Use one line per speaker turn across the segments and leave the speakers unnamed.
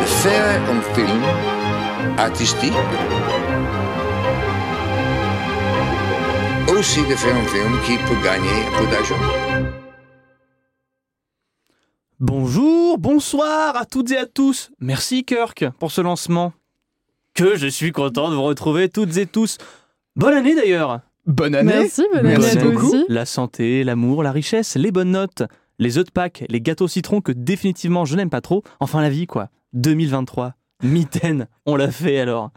de faire un film artistique, aussi de faire un film qui peut gagner un peu d'argent.
Bonjour, bonsoir à toutes et à tous. Merci Kirk pour ce lancement. Que je suis content de vous retrouver toutes et tous. Bonne année d'ailleurs.
Bonne année.
Merci, bonne année
Merci
à toi
beaucoup.
aussi.
La santé, l'amour, la richesse, les bonnes notes, les œufs de Pâques, les gâteaux citrons que définitivement je n'aime pas trop. Enfin la vie quoi. 2023. Mitaine, on l'a fait alors.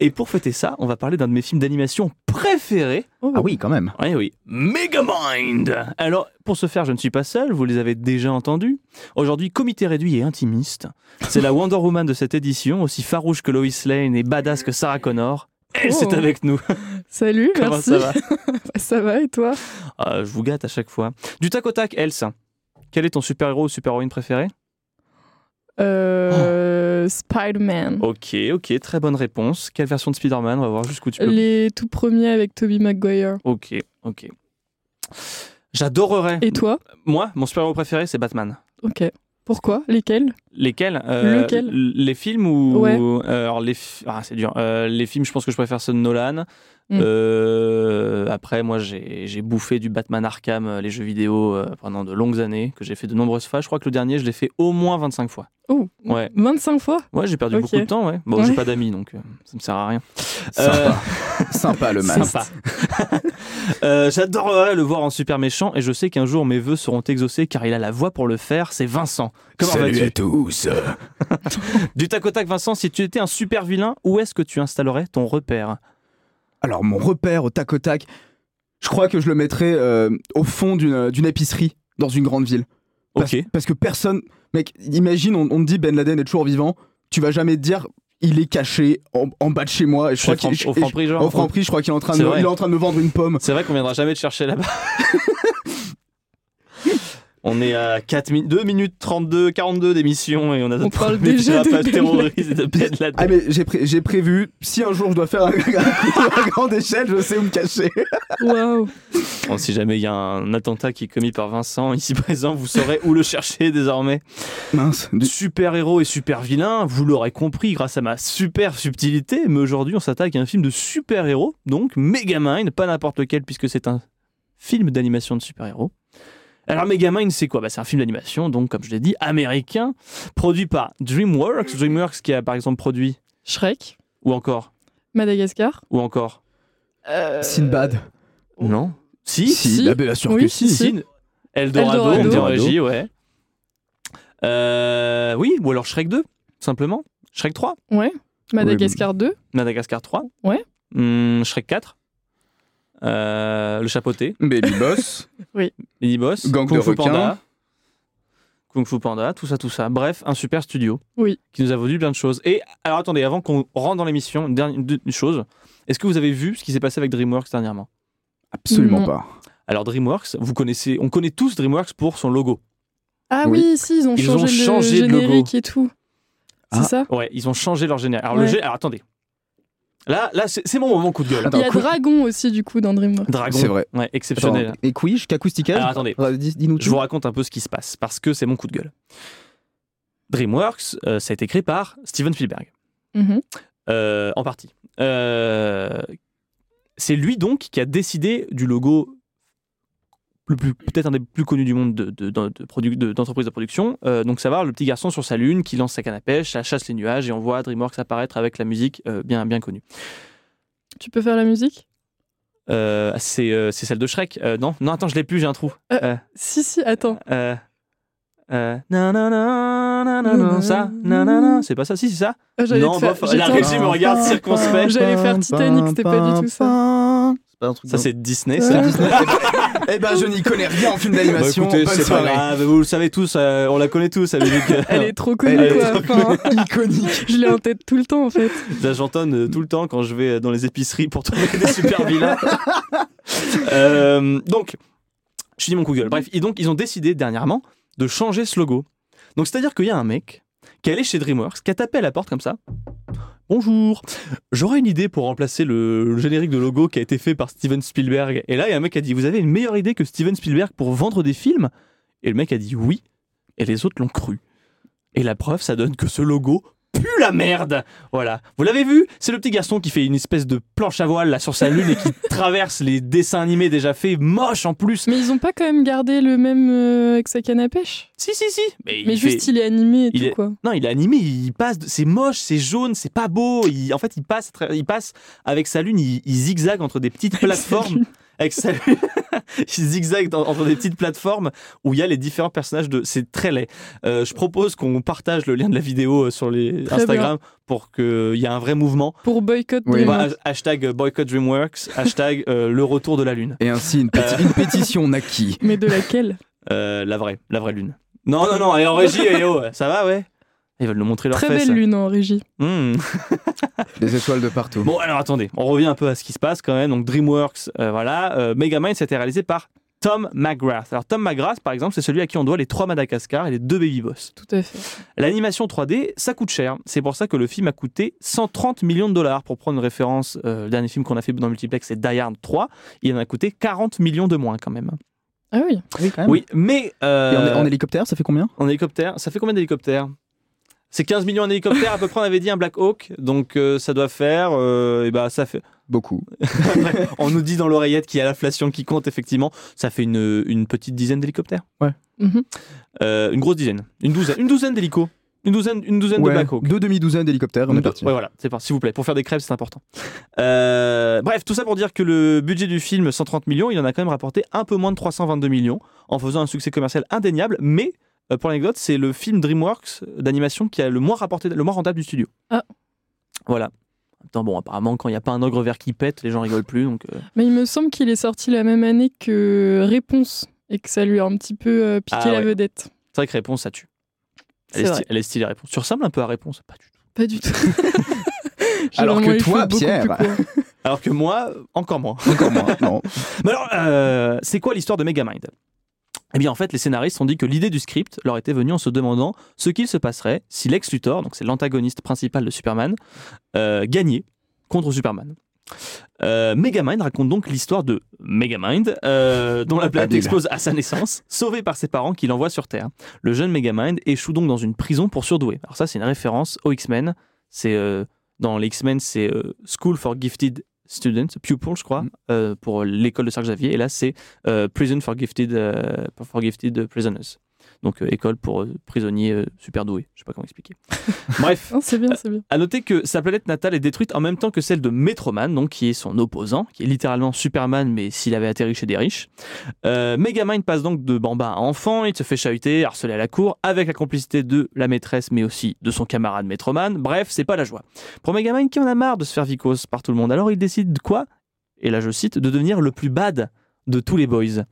Et pour fêter ça, on va parler d'un de mes films d'animation préférés. Eh
Ah oui, quand même.
Oui, oui. Megamind Alors, pour ce faire, je ne suis pas seul, vous les avez déjà entendus. Aujourd'hui, comité réduit et intimiste. C'est la Wonder Woman de cette édition, aussi farouche que Lois Lane et badass que Sarah Connor. Elle,
Oh.
c'est avec nous.
Salut,
Comment
merci.
ça va
Ça va et toi
Ah, Je vous gâte à chaque fois. Du tac au tac, Else. Quel est ton super-héros ou super-héroïne préféré
euh,
Oh.
Spider-Man.
Ok, ok, très bonne réponse. Quelle version de Spider-Man On va voir jusqu'où tu peux.
Les tout premiers avec Tobey Maguire.
Ok, ok. J'adorerais.
Et toi
Moi, mon super-héros préféré, c'est Batman.
Ok. Pourquoi Lesquels
Lesquels Euh,
Lequel
l- Les films ou
Ouais.
euh, alors les fi- ah, c'est dur. Euh, les films, je pense que je préfère ceux de Nolan.
Mm.
Euh, après, moi, j'ai j'ai bouffé du Batman Arkham, euh, les jeux vidéo euh, pendant de longues années, que j'ai fait de nombreuses fois. Je crois que le dernier, je l'ai fait au moins 25 fois.
Oh,
Ouais.
25 fois
Ouais, j'ai perdu
Ok.
beaucoup de temps. Ouais. Bon, j'ai
Ouais.
pas d'amis, donc euh, ça me sert à rien. Euh,
Sympa. Sympa le masque.
Sympa. Euh, J'adorerais le voir en super méchant, et je sais qu'un jour mes vœux seront exaucés car il a la voix pour le faire. C'est Vincent. Comment
Salut
vas-tu
à tous.
Du tac au tac, Vincent, si tu étais un super vilain, où est-ce que tu installerais ton repère
Alors, mon repère au tac au tac, je crois que je le mettrais euh, au fond d'une d'une épicerie dans une grande ville. Parce, parce que personne. Mec, imagine, on, on te dit Ben Laden est toujours vivant. Tu vas jamais te dire il est caché en, en bas de chez moi. Et je
Chez
crois qu'il
Franc- au
et je-
Franprix, genre
au Franprix, je crois qu'il est en train de
C'est
me-
vrai.
il est en train de me vendre une pomme.
C'est vrai qu'on viendra jamais te chercher là-bas. on est à 4 minutes 2 minutes 32, 42 d'émission et on a
On parle
premier
déjà de
dérapage
Ben
terroriste de Ben Laden.
Ah mais j'ai pré- j'ai prévu, si un jour je dois faire un, un coup à grande échelle, je sais où me cacher.
Waouh
Bon, si jamais il y a un attentat qui est commis par Vincent ici présent, vous saurez où le chercher désormais.
Mince. du-
Super héros et super vilain, vous l'aurez compris grâce à ma super subtilité, mais aujourd'hui on s'attaque à un film de super héros, donc Megamind, pas n'importe lequel puisque c'est un film d'animation de super héros. Alors Megamind c'est quoi bah, C'est un film d'animation, donc comme je l'ai dit, américain, produit par DreamWorks, DreamWorks qui a par exemple produit,
Shrek
ou encore,
Madagascar
ou encore,
euh,
Sinbad.
non Si,
Si.
bah, bien sûr
Oui,
que si.
si.
Christine. Eldorado,
Eldorado.
on me dit en
Eldorado.
régie, ouais. Euh, oui, ou alors Shrek 2, simplement. Shrek 3,
Ouais. Madagascar 2
Madagascar 3.
Ouais.
Hmm, Shrek 4. Euh, le chapeauté,
Baby Boss.
Lady Boss,
Gang
Kung
de
Fu
requins.
Panda, Kung Fu Panda, tout ça, tout ça. Bref, un super studio
Oui.
qui nous a vendu plein de choses. Et alors attendez, avant qu'on rentre dans l'émission, une dernière une chose. Est-ce que vous avez vu ce qui s'est passé avec DreamWorks dernièrement
Absolument
Non.
pas.
Alors DreamWorks, vous connaissez, on connaît tous DreamWorks pour son logo.
Ah
Oui.
oui, si, ils ont
Ils
changé
ont
le
changé de logo.
générique et tout. C'est
Ah.
ça
Ouais, ils ont changé leur générique. Alors, le
Ouais.
gé- alors attendez. Là, là c'est c'est mon moment coup de gueule.
Attends,
Il y a
quoi-
Dragon aussi, du coup, dans Dreamworks.
Dragon.
C'est vrai.
Ouais,
Attends,
exceptionnel.
Et Quiche, Kakoustikage
Alors, attendez.
Dis, nous
Je vous raconte un peu ce qui se passe parce que c'est mon coup de gueule. DreamWorks, euh, ça a été créé par Steven Spielberg,
Mhm.
Euh, en partie. Euh, c'est lui donc qui a décidé du logo le plus peut-être un des plus connus du monde de, de, de- de produ- de- d'entreprises de production. Euh, donc savoir le petit garçon sur sa lune qui lance sa canne à pêche, ça chasse les nuages et on voit DreamWorks apparaître avec la musique euh, bien bien connue.
Tu peux faire la musique
Euh, c'est euh, c'est celle de Shrek. Euh, non, non, attends, je l'ai plus, j'ai un trou.
Euh.
Euh,
Si, si, attends.
euh, euh, nanana, nanana, ça, nanana, c'est pas ça, si, c'est ça.
Ah, j'allais
Non,
te faire-
bof,
j'étais
la
en-
régie me regarde circonspect.
J'allais faire Titanic, c'était pas du tout ça.
C'est pas un truc
Ça,
de-
c'est Disney,
C'est
ça.
Disney. Eh ben, je n'y connais rien en film d'animation.
Bah, écoutez,
Bonne
c'est pas
soirée.
grave, vous le savez tous, euh, on la connaît tous, la musique.
Elle est trop
Elle
connue,
est
quoi. Enfin,
Iconique.
je l'ai en tête tout le temps, en fait.
Ça, j'entonne euh, tout le temps quand je vais euh, dans les épiceries pour trouver des super vilains. Euh, donc, je dis mon coup de gueule. Bref, et donc, ils ont décidé dernièrement de changer ce logo. Donc, c'est-à-dire qu'il y a un mec qui est allé chez DreamWorks, qui a tapé à la porte comme ça. Bonjour, j'aurais une idée pour remplacer le, le générique de logo qui a été fait par Steven Spielberg. Et là, il y a un mec qui a dit Vous avez une meilleure idée que Steven Spielberg pour vendre des films Et le mec a dit Oui, et les autres l'ont cru. Et la preuve, ça donne que ce logo pue la merde voilà. Vous l'avez vu C'est le petit garçon qui fait une espèce de planche à voile là sur sa lune et qui traverse les dessins animés déjà faits, moche en plus.
Mais ils ont pas quand même gardé le même euh, avec sa canne à pêche
Si, si, si Mais,
Mais
il
juste,
fait-
il est animé et
il
tout,
est-
quoi.
Non, il est animé, il passe, de- c'est moche, c'est jaune, c'est pas beau. Il- En fait, il passe, à travers- il passe avec sa lune, il, il zigzague entre des petites plateformes. Avec sa lune, il zigzague dans- entre des petites plateformes où il y a les différents personnages de. C'est très laid. Euh, je propose qu'on partage le lien de la vidéo euh, sur les
Très
Instagram pour qu'il y ait un vrai mouvement.
Pour boycott
Oui.
des
Bah,
marques.
ha- hashtag euh, boycott DreamWorks, hashtag euh, le retour de la lune.
Et ainsi, une, péti- une pétition naquit.
Mais de laquelle
Euh, la vraie, la vraie lune. Non, non, non, et en régie, et oh, ça va, ouais Ils veulent nous montrer leurs
Très
fesses.
belle lune en régie.
Hmm.
Des étoiles de partout.
Bon, alors attendez, on revient un peu à ce qui se passe quand même. Donc DreamWorks, euh, voilà, euh, Megamind, c'était réalisé par Tom McGrath. Alors Tom McGrath, par exemple, c'est celui à qui on doit les trois Madagascar et les deux Baby Boss.
Tout à fait.
L'animation 3D, ça coûte cher. C'est pour ça que le film a coûté 130 millions de dollars. Pour prendre une référence, euh, le dernier film qu'on a fait dans Multiplex, c'est Die Hard 3. Il en a coûté 40 millions de moins quand même.
Ah oui.
Oui, quand
Oui, mais euh,
Et en, en hélicoptère, ça fait combien
en hélicoptère, ça fait combien d'hélicoptères C'est 15 millions en hélicoptère, à peu près on avait dit un Black Hawk, donc euh, ça doit faire, euh, et bah ça fait.
Beaucoup.
On nous dit dans l'oreillette qu'il y a l'inflation qui compte effectivement, ça fait une, une petite dizaine d'hélicoptères,
Mhm.
Euh, une grosse dizaine, une douzaine, une douzaine d'hélicos, une douzaine, une douzaine de
Ouais,
Black Hawk.
deux demi-douzaines d'hélicoptères, on est
Une-
parti.
ouais, voilà, c'est parti, s'il vous plaît. Pour faire des crêpes, c'est important. Euh, bref, tout ça pour dire que le budget du film, 130 millions, il en a quand même rapporté un peu moins de 322 millions, en faisant un succès commercial indéniable. Mais, euh, pour l'anecdote, c'est le film DreamWorks d'animation qui a le moins rapporté, le moins rentable du studio.
Ah.
Voilà. Attends, bon, apparemment, quand il n'y a pas un ogre vert qui pète, les gens rigolent plus. Donc, euh,
Mais il me semble qu'il est sorti la même année que Réponse et que ça lui a un petit peu euh, piqué
Ah
la
ouais.
vedette.
c'est vrai que réponse, ça tue. Elle
C'est
est,
vrai.
sty- elle est stylée, réponse. Tu ressembles un peu à réponse, pas du tout.
Pas du tout. J'ai
Alors
vraiment
que
les
toi,
cheveux beaucoup
Pierre.
plus courts.
Alors que moi, encore moins.
Encore moins. Non.
Mais alors, euh, c'est quoi l'histoire de Megamind Eh bien, en fait, les scénaristes ont dit que l'idée du script leur était venue en se demandant ce qu'il se passerait si Lex Luthor, donc c'est l'antagoniste principal de Superman, euh, gagnait contre Superman. Euh, Megamind raconte donc l'histoire de Megamind, euh, dont la planète
Habile.
explose à sa naissance, sauvé par ses parents qui l'envoient sur Terre. Le jeune Megamind échoue donc dans une prison pour surdouer. Alors ça, c'est une référence aux X-Men. C'est euh, dans les X-Men, c'est euh, School for Gifted Students, pupil, je crois, euh, pour l'école de Saint-Xavier. Et là, c'est euh, Prison for Gifted, euh, for Gifted Prisoners. Donc euh, école pour euh, prisonniers euh, super doués. Je sais pas comment expliquer. Bref.
Non, c'est bien, c'est bien.
À noter que sa planète natale est détruite en même temps que celle de Metroman, donc qui est son opposant, qui est littéralement Superman, mais s'il avait atterri chez des riches. Euh, Megamind passe donc de bambin à enfant, il se fait chahuter, harceler à la cour, avec la complicité de la maîtresse, mais aussi de son camarade Metroman. Bref, c'est pas la joie. Pour Megamind qui en a marre de se faire vicose par tout le monde, alors il décide de quoi Et là je cite, de devenir le plus bad de tous les boys.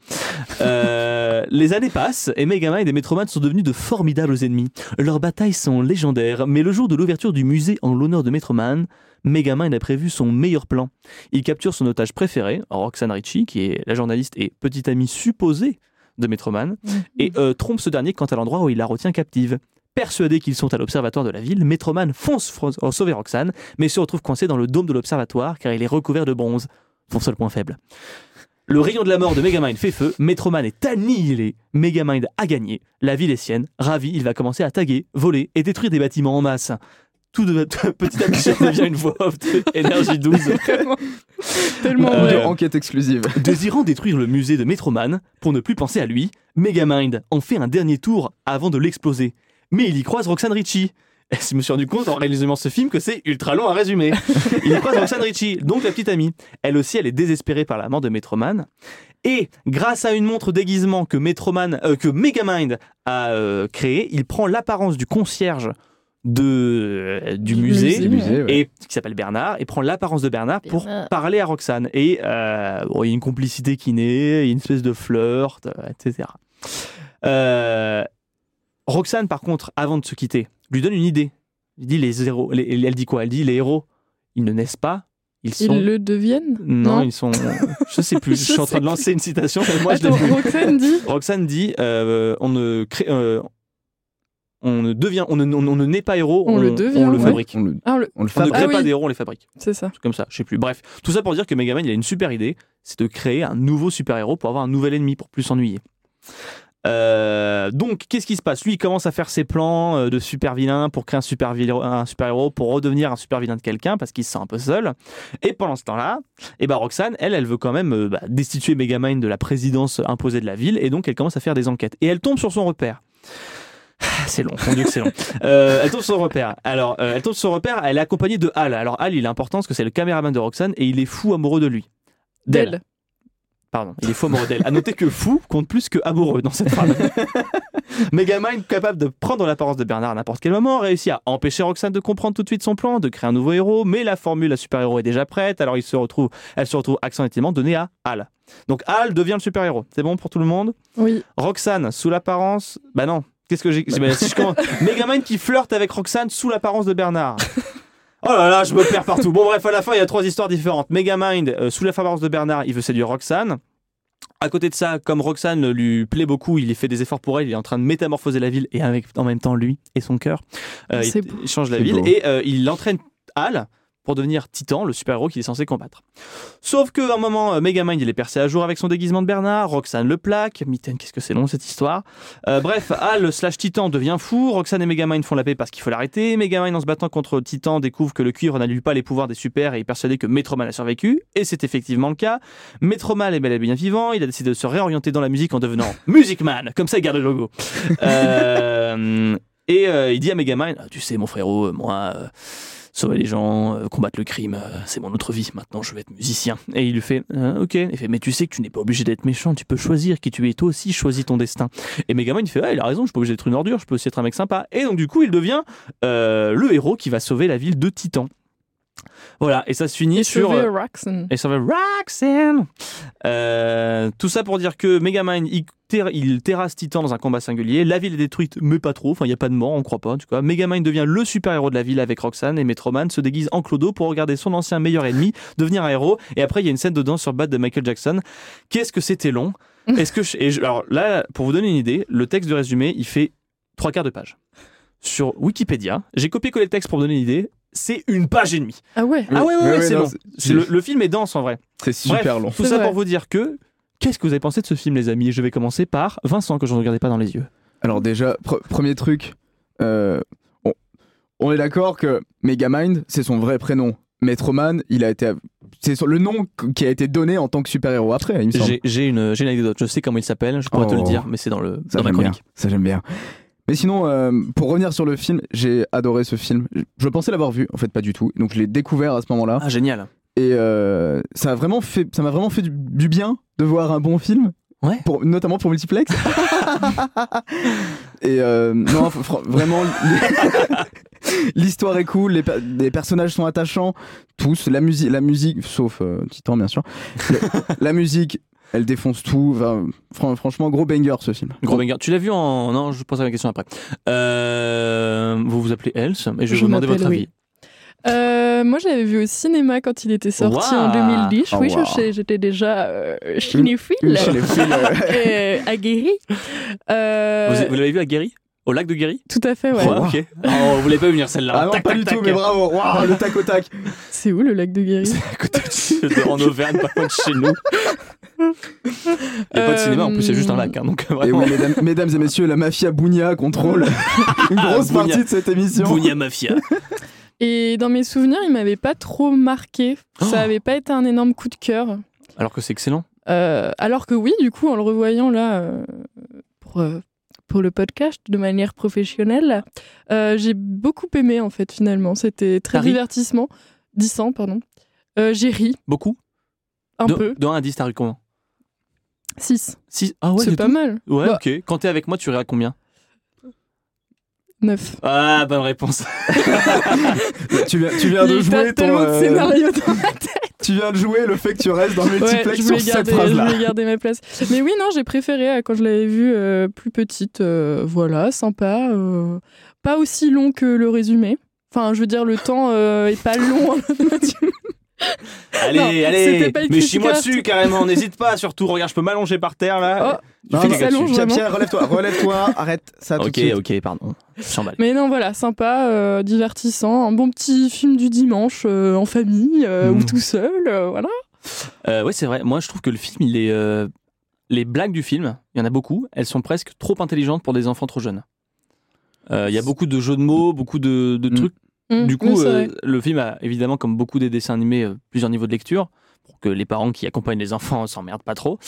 Euh, les années passent et Megamind et Metroman sont devenus de formidables ennemis. Leurs batailles sont légendaires, mais le jour de l'ouverture du musée en l'honneur de Metroman, Megamind a prévu son meilleur plan. Il capture son otage préféré, Roxane Ritchie, qui est la journaliste et petite amie supposée de Metroman, et euh, trompe ce dernier quant à l'endroit où il la retient captive. Persuadé qu'ils sont à l'observatoire de la ville, Metroman fonce fro- euh, sauver Roxane, mais se retrouve coincé dans le dôme de l'observatoire car il est recouvert de bronze, son seul point faible. Le rayon de la mort de Megamind fait feu, Metroman est annihilé, Megamind a gagné, la ville est sienne, ravi, il va commencer à taguer, voler et détruire des bâtiments en masse. Tout de petit à petit, ça devient une voix off de énergie 12.
Vraiment. Tellement
Euh,
vrai.
De enquête exclusive.
Désirant détruire le musée de Metroman pour ne plus penser à lui, Megamind en fait un dernier tour avant de l'exploser. Mais il y croise Roxane Ritchie. Et je me suis rendu compte en réalisant ce film que c'est ultra long à résumer. Il y croise Roxane Ritchie, donc la petite amie. Elle aussi, elle est désespérée par la mort de Metroman. Et grâce à une montre déguisement que, Metroman, euh, que Megamind a euh, créée, il prend l'apparence du concierge de, euh, du
Du
musée,
musée,
musée, ouais.
et qui s'appelle Bernard, et prend l'apparence de Bernard,
Bernard.
pour parler à Roxane. Et euh, bon, il y a une complicité qui naît, il y a une espèce de flirt, euh, etc. Euh, Roxane, par contre, avant de se quitter, lui donne une idée. Il dit les héros, les- elle dit quoi Elle dit les héros, ils ne naissent pas, ils sont.
Ils le deviennent
Non, ils sont. Je sais plus. je,
Je
suis en
sais
train de lancer une citation, mais moi je
Attends,
l'ai plus.
Roxane dit
Roxane dit euh, on ne crée, euh, on ne devient, on ne, on- on ne naît pas héros,
On le devient,
on le
ouais.
fabrique.
On le,
Ah, le-
On
on le
ne
fabrique.
crée
Ah
pas
oui.
d'héros, on les fabrique.
C'est ça.
C'est Comme ça, je sais plus. Bref, tout ça pour dire que Megaman, il a une super idée, c'est de créer un nouveau super héros pour avoir un nouvel ennemi pour plus s'ennuyer. Euh, donc, qu'est-ce qui se passe Lui, il commence à faire ses plans euh, de super vilain pour créer un super, vil- un super héros, pour redevenir un super vilain de quelqu'un, parce qu'il se sent un peu seul. Et pendant ce temps-là, eh ben Roxane, elle, elle veut quand même euh, bah, destituer Megamind de la présidence imposée de la ville, et donc elle commence à faire des enquêtes. Et elle tombe sur son repère. C'est long, mon dieu que c'est long. Euh, elle tombe sur son repère. Alors, euh, elle tombe sur son repère, elle est accompagnée de Hal. Alors, Hal, il est important parce que c'est le caméraman de Roxane et il est fou amoureux de lui. D'elle.
D'elle.
Pardon, il est faux amoureux d'elle. À noter que fou compte plus que amoureux dans cette phrase. Megamind, capable de prendre l'apparence de Bernard à n'importe quel moment, réussit à empêcher Roxane de comprendre tout de suite son plan, de créer un nouveau héros, mais la formule à super-héros est déjà prête, alors il se retrouve, elle se retrouve accidentellement donnée à Hal. Donc Hal devient le super-héros. C'est bon pour tout le monde
Oui.
Roxane, sous l'apparence. Bah non. Qu'est-ce que j'ai. Bah, si je commence- Megamind qui flirte avec Roxane sous l'apparence de Bernard. Oh là là, je me perds partout. Bon, bref, à la fin, il y a trois histoires différentes. Megamind, euh, sous l'apparence de Bernard, il veut séduire Roxane. À côté de ça, comme Roxane lui plaît beaucoup, il fait des efforts pour elle, il est en train de métamorphoser la ville et avec, en même temps lui et son cœur. euh,
C'est
il,
beau.
il change la
C'est
ville
beau.
et euh, il entraîne Hal pour devenir Titan, le super-héros qu'il est censé combattre. Sauf qu'à un moment, euh, Megamind, il est percé à jour avec son déguisement de Bernard, Roxane le plaque, Mitaine, qu'est-ce que c'est long cette histoire. Euh, bref, Hal slash Titan devient fou, Roxane et Megamind font la paix parce qu'il faut l'arrêter, Megamind en se battant contre Titan découvre que le cuivre n'annule pas les pouvoirs des super et est persuadé que Metroman a survécu, et c'est effectivement le cas. Metroman est bel et bien vivant, il a décidé de se réorienter dans la musique en devenant Music Man, comme ça il garde le logo. Euh, et euh, il dit à Megamind, Ah, tu sais mon frérot, euh, moi... euh, sauver les gens, euh, combattre le crime, euh, c'est mon autre vie. Maintenant, je vais être musicien. Et il lui fait Euh, Ok. Il fait Mais tu sais que tu n'es pas obligé d'être méchant, tu peux choisir qui tu es. Toi aussi, choisis ton destin. Et Megaman, il fait Ouais, il a raison, je suis pas obligé d'être une ordure, je peux aussi être un mec sympa. Et donc, du coup, il devient euh, le héros qui va sauver la ville de Titan. Voilà, et ça se finit
Et
sur. euh,
sauver euh, Roxane.
Et ça va Roxanne Euh, Tout ça pour dire que Megamind, il, ter- il terrasse Titan dans un combat singulier. La ville est détruite, mais pas trop. Enfin, il n'y a pas de mort, on croit pas, en tout cas. Megamind devient le super-héros de la ville avec Roxanne et Metroman se déguise en clodo pour regarder son ancien meilleur ennemi devenir un héros. Et après, il y a une scène de danse sur Bat de Michael Jackson. Qu'est-ce que c'était long Est-ce que je- et je- Alors là, pour vous donner une idée, le texte du résumé, il fait trois quarts de page. Sur Wikipédia, j'ai copié-collé le texte pour vous donner une idée. C'est une page et demie.
Ah ouais.
Ah ouais, ouais,
Ouais,
ouais,
ouais,
c'est
non,
long.
c'est-
C'est- Le, le film est dense en vrai.
C'est super
Bref,
long.
Tout
C'est
ça
vrai.
pour vous dire que. Qu'est-ce que vous avez pensé de ce film, les amis Je vais commencer par Vincent, que je ne regardais pas dans les yeux.
Alors déjà, pre- premier truc, euh, on, on est d'accord que Megamind, c'est son vrai prénom. Metroman, il a été, c'est son- le nom qu- qui a été donné en tant que super-héros après, il me semble.
J'ai j'ai une, j'ai une anecdote. Je sais comment il s'appelle, je pourrais te le
Oh.
dire, mais c'est dans, le,
Ça
dans ma
j'aime bien.
chronique.
Ça j'aime bien. Mais sinon, euh, pour revenir sur le film, j'ai adoré ce film. Je- Je pensais l'avoir vu, en fait pas du tout. Donc je l'ai découvert à ce moment-là.
Ah, génial.
Et euh, ça a vraiment fait, ça m'a vraiment fait du, du bien de voir un bon film.
Ouais.
Pour, notamment pour Multiplex. Et euh, non, fr- fr- vraiment, l'hi- l'histoire est cool, les, per- les personnages sont attachants, tous. La musique, la musique, sauf euh, Titan bien sûr. Le- la musique, elle défonce tout. Enfin, fran- franchement, gros banger ce film.
Gros banger. Tu l'as vu en. Non, je pose à la question après. Euh, vous vous appelez Else, et je vais
Je
vous demander
m'appelle,
votre
oui.
avis.
Euh, moi, je l'avais vu au cinéma quand il était sorti
Waouh.
en 2010.
Oh,
oui, je
waouh.
sais, j'étais déjà euh, cinéphile
Une chez les filles, euh,
et aguerrie. Euh,
Vous, vous l'avez vu à Guéry Au lac de Guéry
Tout à fait, ouais.
Ouais, ok. Oh, vous voulez pas venir celle-là.
Ah non,
Tac,
pas
tac,
du
tac.
tout, mais bravo, Waouh, le tac au tac.
C'est où le lac de Guéry
C'est à côté de- en Auvergne, pas loin de chez nous. Il n'y a pas de cinéma, en plus, c'est juste un lac. hein, donc,
Et
vraiment.
oui, mesdames, mesdames et messieurs, la mafia Bounia contrôle une grosse
Bounia.
partie de cette émission.
Bounia Mafia.
Et dans mes souvenirs, il m'avait pas trop marqué.
Oh.
Ça avait pas été un énorme coup de cœur.
Alors que c'est excellent.
Euh, alors que oui, du coup, en le revoyant là euh, pour, euh, pour le podcast de manière professionnelle, euh, j'ai beaucoup aimé en fait finalement. C'était très
T'as ri
divertissement. Dissant, pardon. Euh, j'ai ri
Beaucoup.
un
de,
peu.
de 1 à 10, t'as comment
6.
Six- Ah ouais,
c'est
du
pas
tout
mal.
Ouais,
Bah,
ok. Quand t'es avec moi, tu ris à combien
9.
Ah, bonne réponse.
tu viens, tu viens
Il
de
tape
jouer ton.
tellement de
euh,
scénarios dans ma
tu viens de jouer le fait que tu restes dans le
Ouais,
multiplex
je
sur
voulais
cette
garder,
phrase-là.
je voulais garder ma place. Mais oui, non, j'ai préféré euh, quand je l'avais vu euh, plus petite. euh, voilà, sympa. euh, pas aussi long que le résumé. Enfin, je veux dire, le temps euh, est pas long.
Allez,
Non,
allez.
c'était pas le
Mais
Chris
chie-moi
Craft.
dessus, carrément. N'hésite pas, surtout. Regarde, je peux m'allonger par terre, là.
Non,
fais
non,
le salon,
Pierre,
vraiment.
Pierre, relève-toi, relève-toi, arrête ça tout de
ok,
suite.
ok, pardon. Je s'emballe.
Mais non, voilà, sympa, euh, divertissant. Un bon petit film du dimanche euh, en famille euh,
Mm.
ou tout seul. euh, voilà.
Euh, ouais, c'est vrai. Moi, je trouve que le film, il est. euh, Les blagues du film, il y en a beaucoup, elles sont presque trop intelligentes pour des enfants trop jeunes. Euh, Il y a beaucoup de jeux de mots, beaucoup de, de
Mm.
trucs.
Mm,
Du
oui,
coup,
c'est
euh,
vrai.
le film a évidemment, comme beaucoup des dessins animés, euh, plusieurs niveaux de lecture pour que les parents qui accompagnent les enfants s'emmerdent pas trop.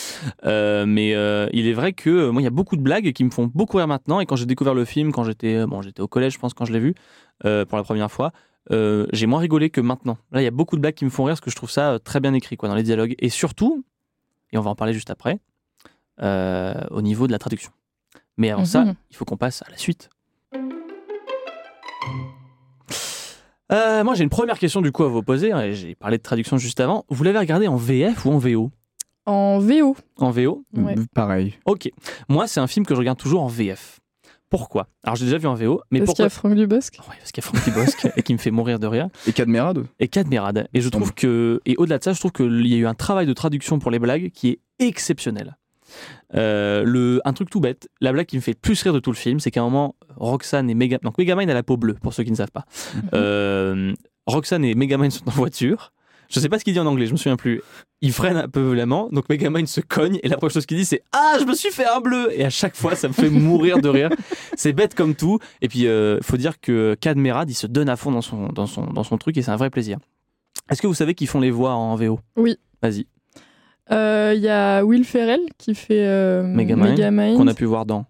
Euh, mais euh, il est vrai que euh, moi, il y a beaucoup de blagues qui me font beaucoup rire maintenant. Et quand j'ai découvert le film, quand j'étais euh, bon, j'étais au collège, je pense, quand je l'ai vu euh, pour la première fois, euh, j'ai moins rigolé que maintenant. Là, il y a beaucoup de blagues qui me font rire parce que je trouve ça euh, très bien écrit quoi, dans les dialogues. Et surtout, et on va en parler juste après, euh, au niveau de la traduction. Mais avant ça,
Mhm.
il faut qu'on passe à la suite. Euh, moi, j'ai une première question du coup à vous poser. hein, et J'ai parlé de traduction juste avant. Vous l'avez regardé en VF ou en VO
En VO.
En VO
ouais.
Pareil.
Ok. Moi, c'est un film que je regarde toujours en VF. Pourquoi Alors, j'ai déjà vu en VO, mais
Parce
pourquoi
qu'il y a Franck Dubosc.
Ouais, Parce qu'il y a Francky Bosque et qui me fait mourir de rire.
Et Cadmerade
Et Cadmerade. Et je trouve que, et au-delà de ça, je trouve qu'il y a eu un travail de traduction pour les blagues qui est exceptionnel. Euh, le, un truc tout bête, la blague qui me fait le plus rire de tout le film, c'est qu'à un moment, Roxane et Megaman. Donc Megaman a la peau bleue, pour ceux qui ne savent pas. Euh, Roxane et Megaman sont en voiture. Je sais pas ce qu'il dit en anglais, je me souviens plus. Il freine un peu violemment, donc Megamind se cogne et la première chose qu'il dit c'est Ah, je me suis fait un bleu Et à chaque fois, ça me fait mourir de rire. C'est bête comme tout. Et puis, euh, faut dire que Cadmerad, il se donne à fond dans son, dans son, dans son truc et c'est un vrai plaisir. Est-ce que vous savez qu'ils font les voix en VO
Oui.
Vas-y,
Euh, Il y a Will Ferrell qui fait euh,
Megamind,
Megamind.
qu'on a pu voir dans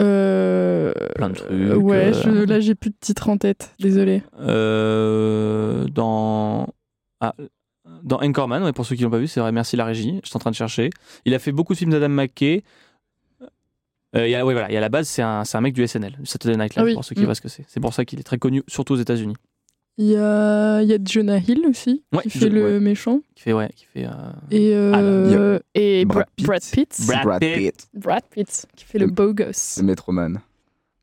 Euh,
plein de trucs.
euh,
euh,
ouais, je- là j'ai plus de titre en tête, désolé.
euh, dans. ah, dans Anchorman, ouais, pour ceux qui l'ont pas vu, c'est vrai, merci la régie, je suis en train de chercher. Il a fait beaucoup de films d'Adam McKay. Euh, il y a- ouais, voilà, il y a la base, c'est un, c'est un mec du SNL, du Saturday Night Live,
Ah oui.
pour ceux qui
Mm.
voient ce que c'est. C'est pour ça qu'il est très connu, surtout aux États-Unis.
Il y a, il y a Jonah Hill aussi,
Ouais,
qui fait
Jo-
le
ouais.
méchant.
Qui fait, ouais, qui fait. euh,
Et, euh,
Alan.
Il y
et
Brad
Brad,
Pitt.
Brad Pitt.
Brad Pitt.
Brad Pitt, qui fait le
Mm.
beau gosse.
Le Metroman.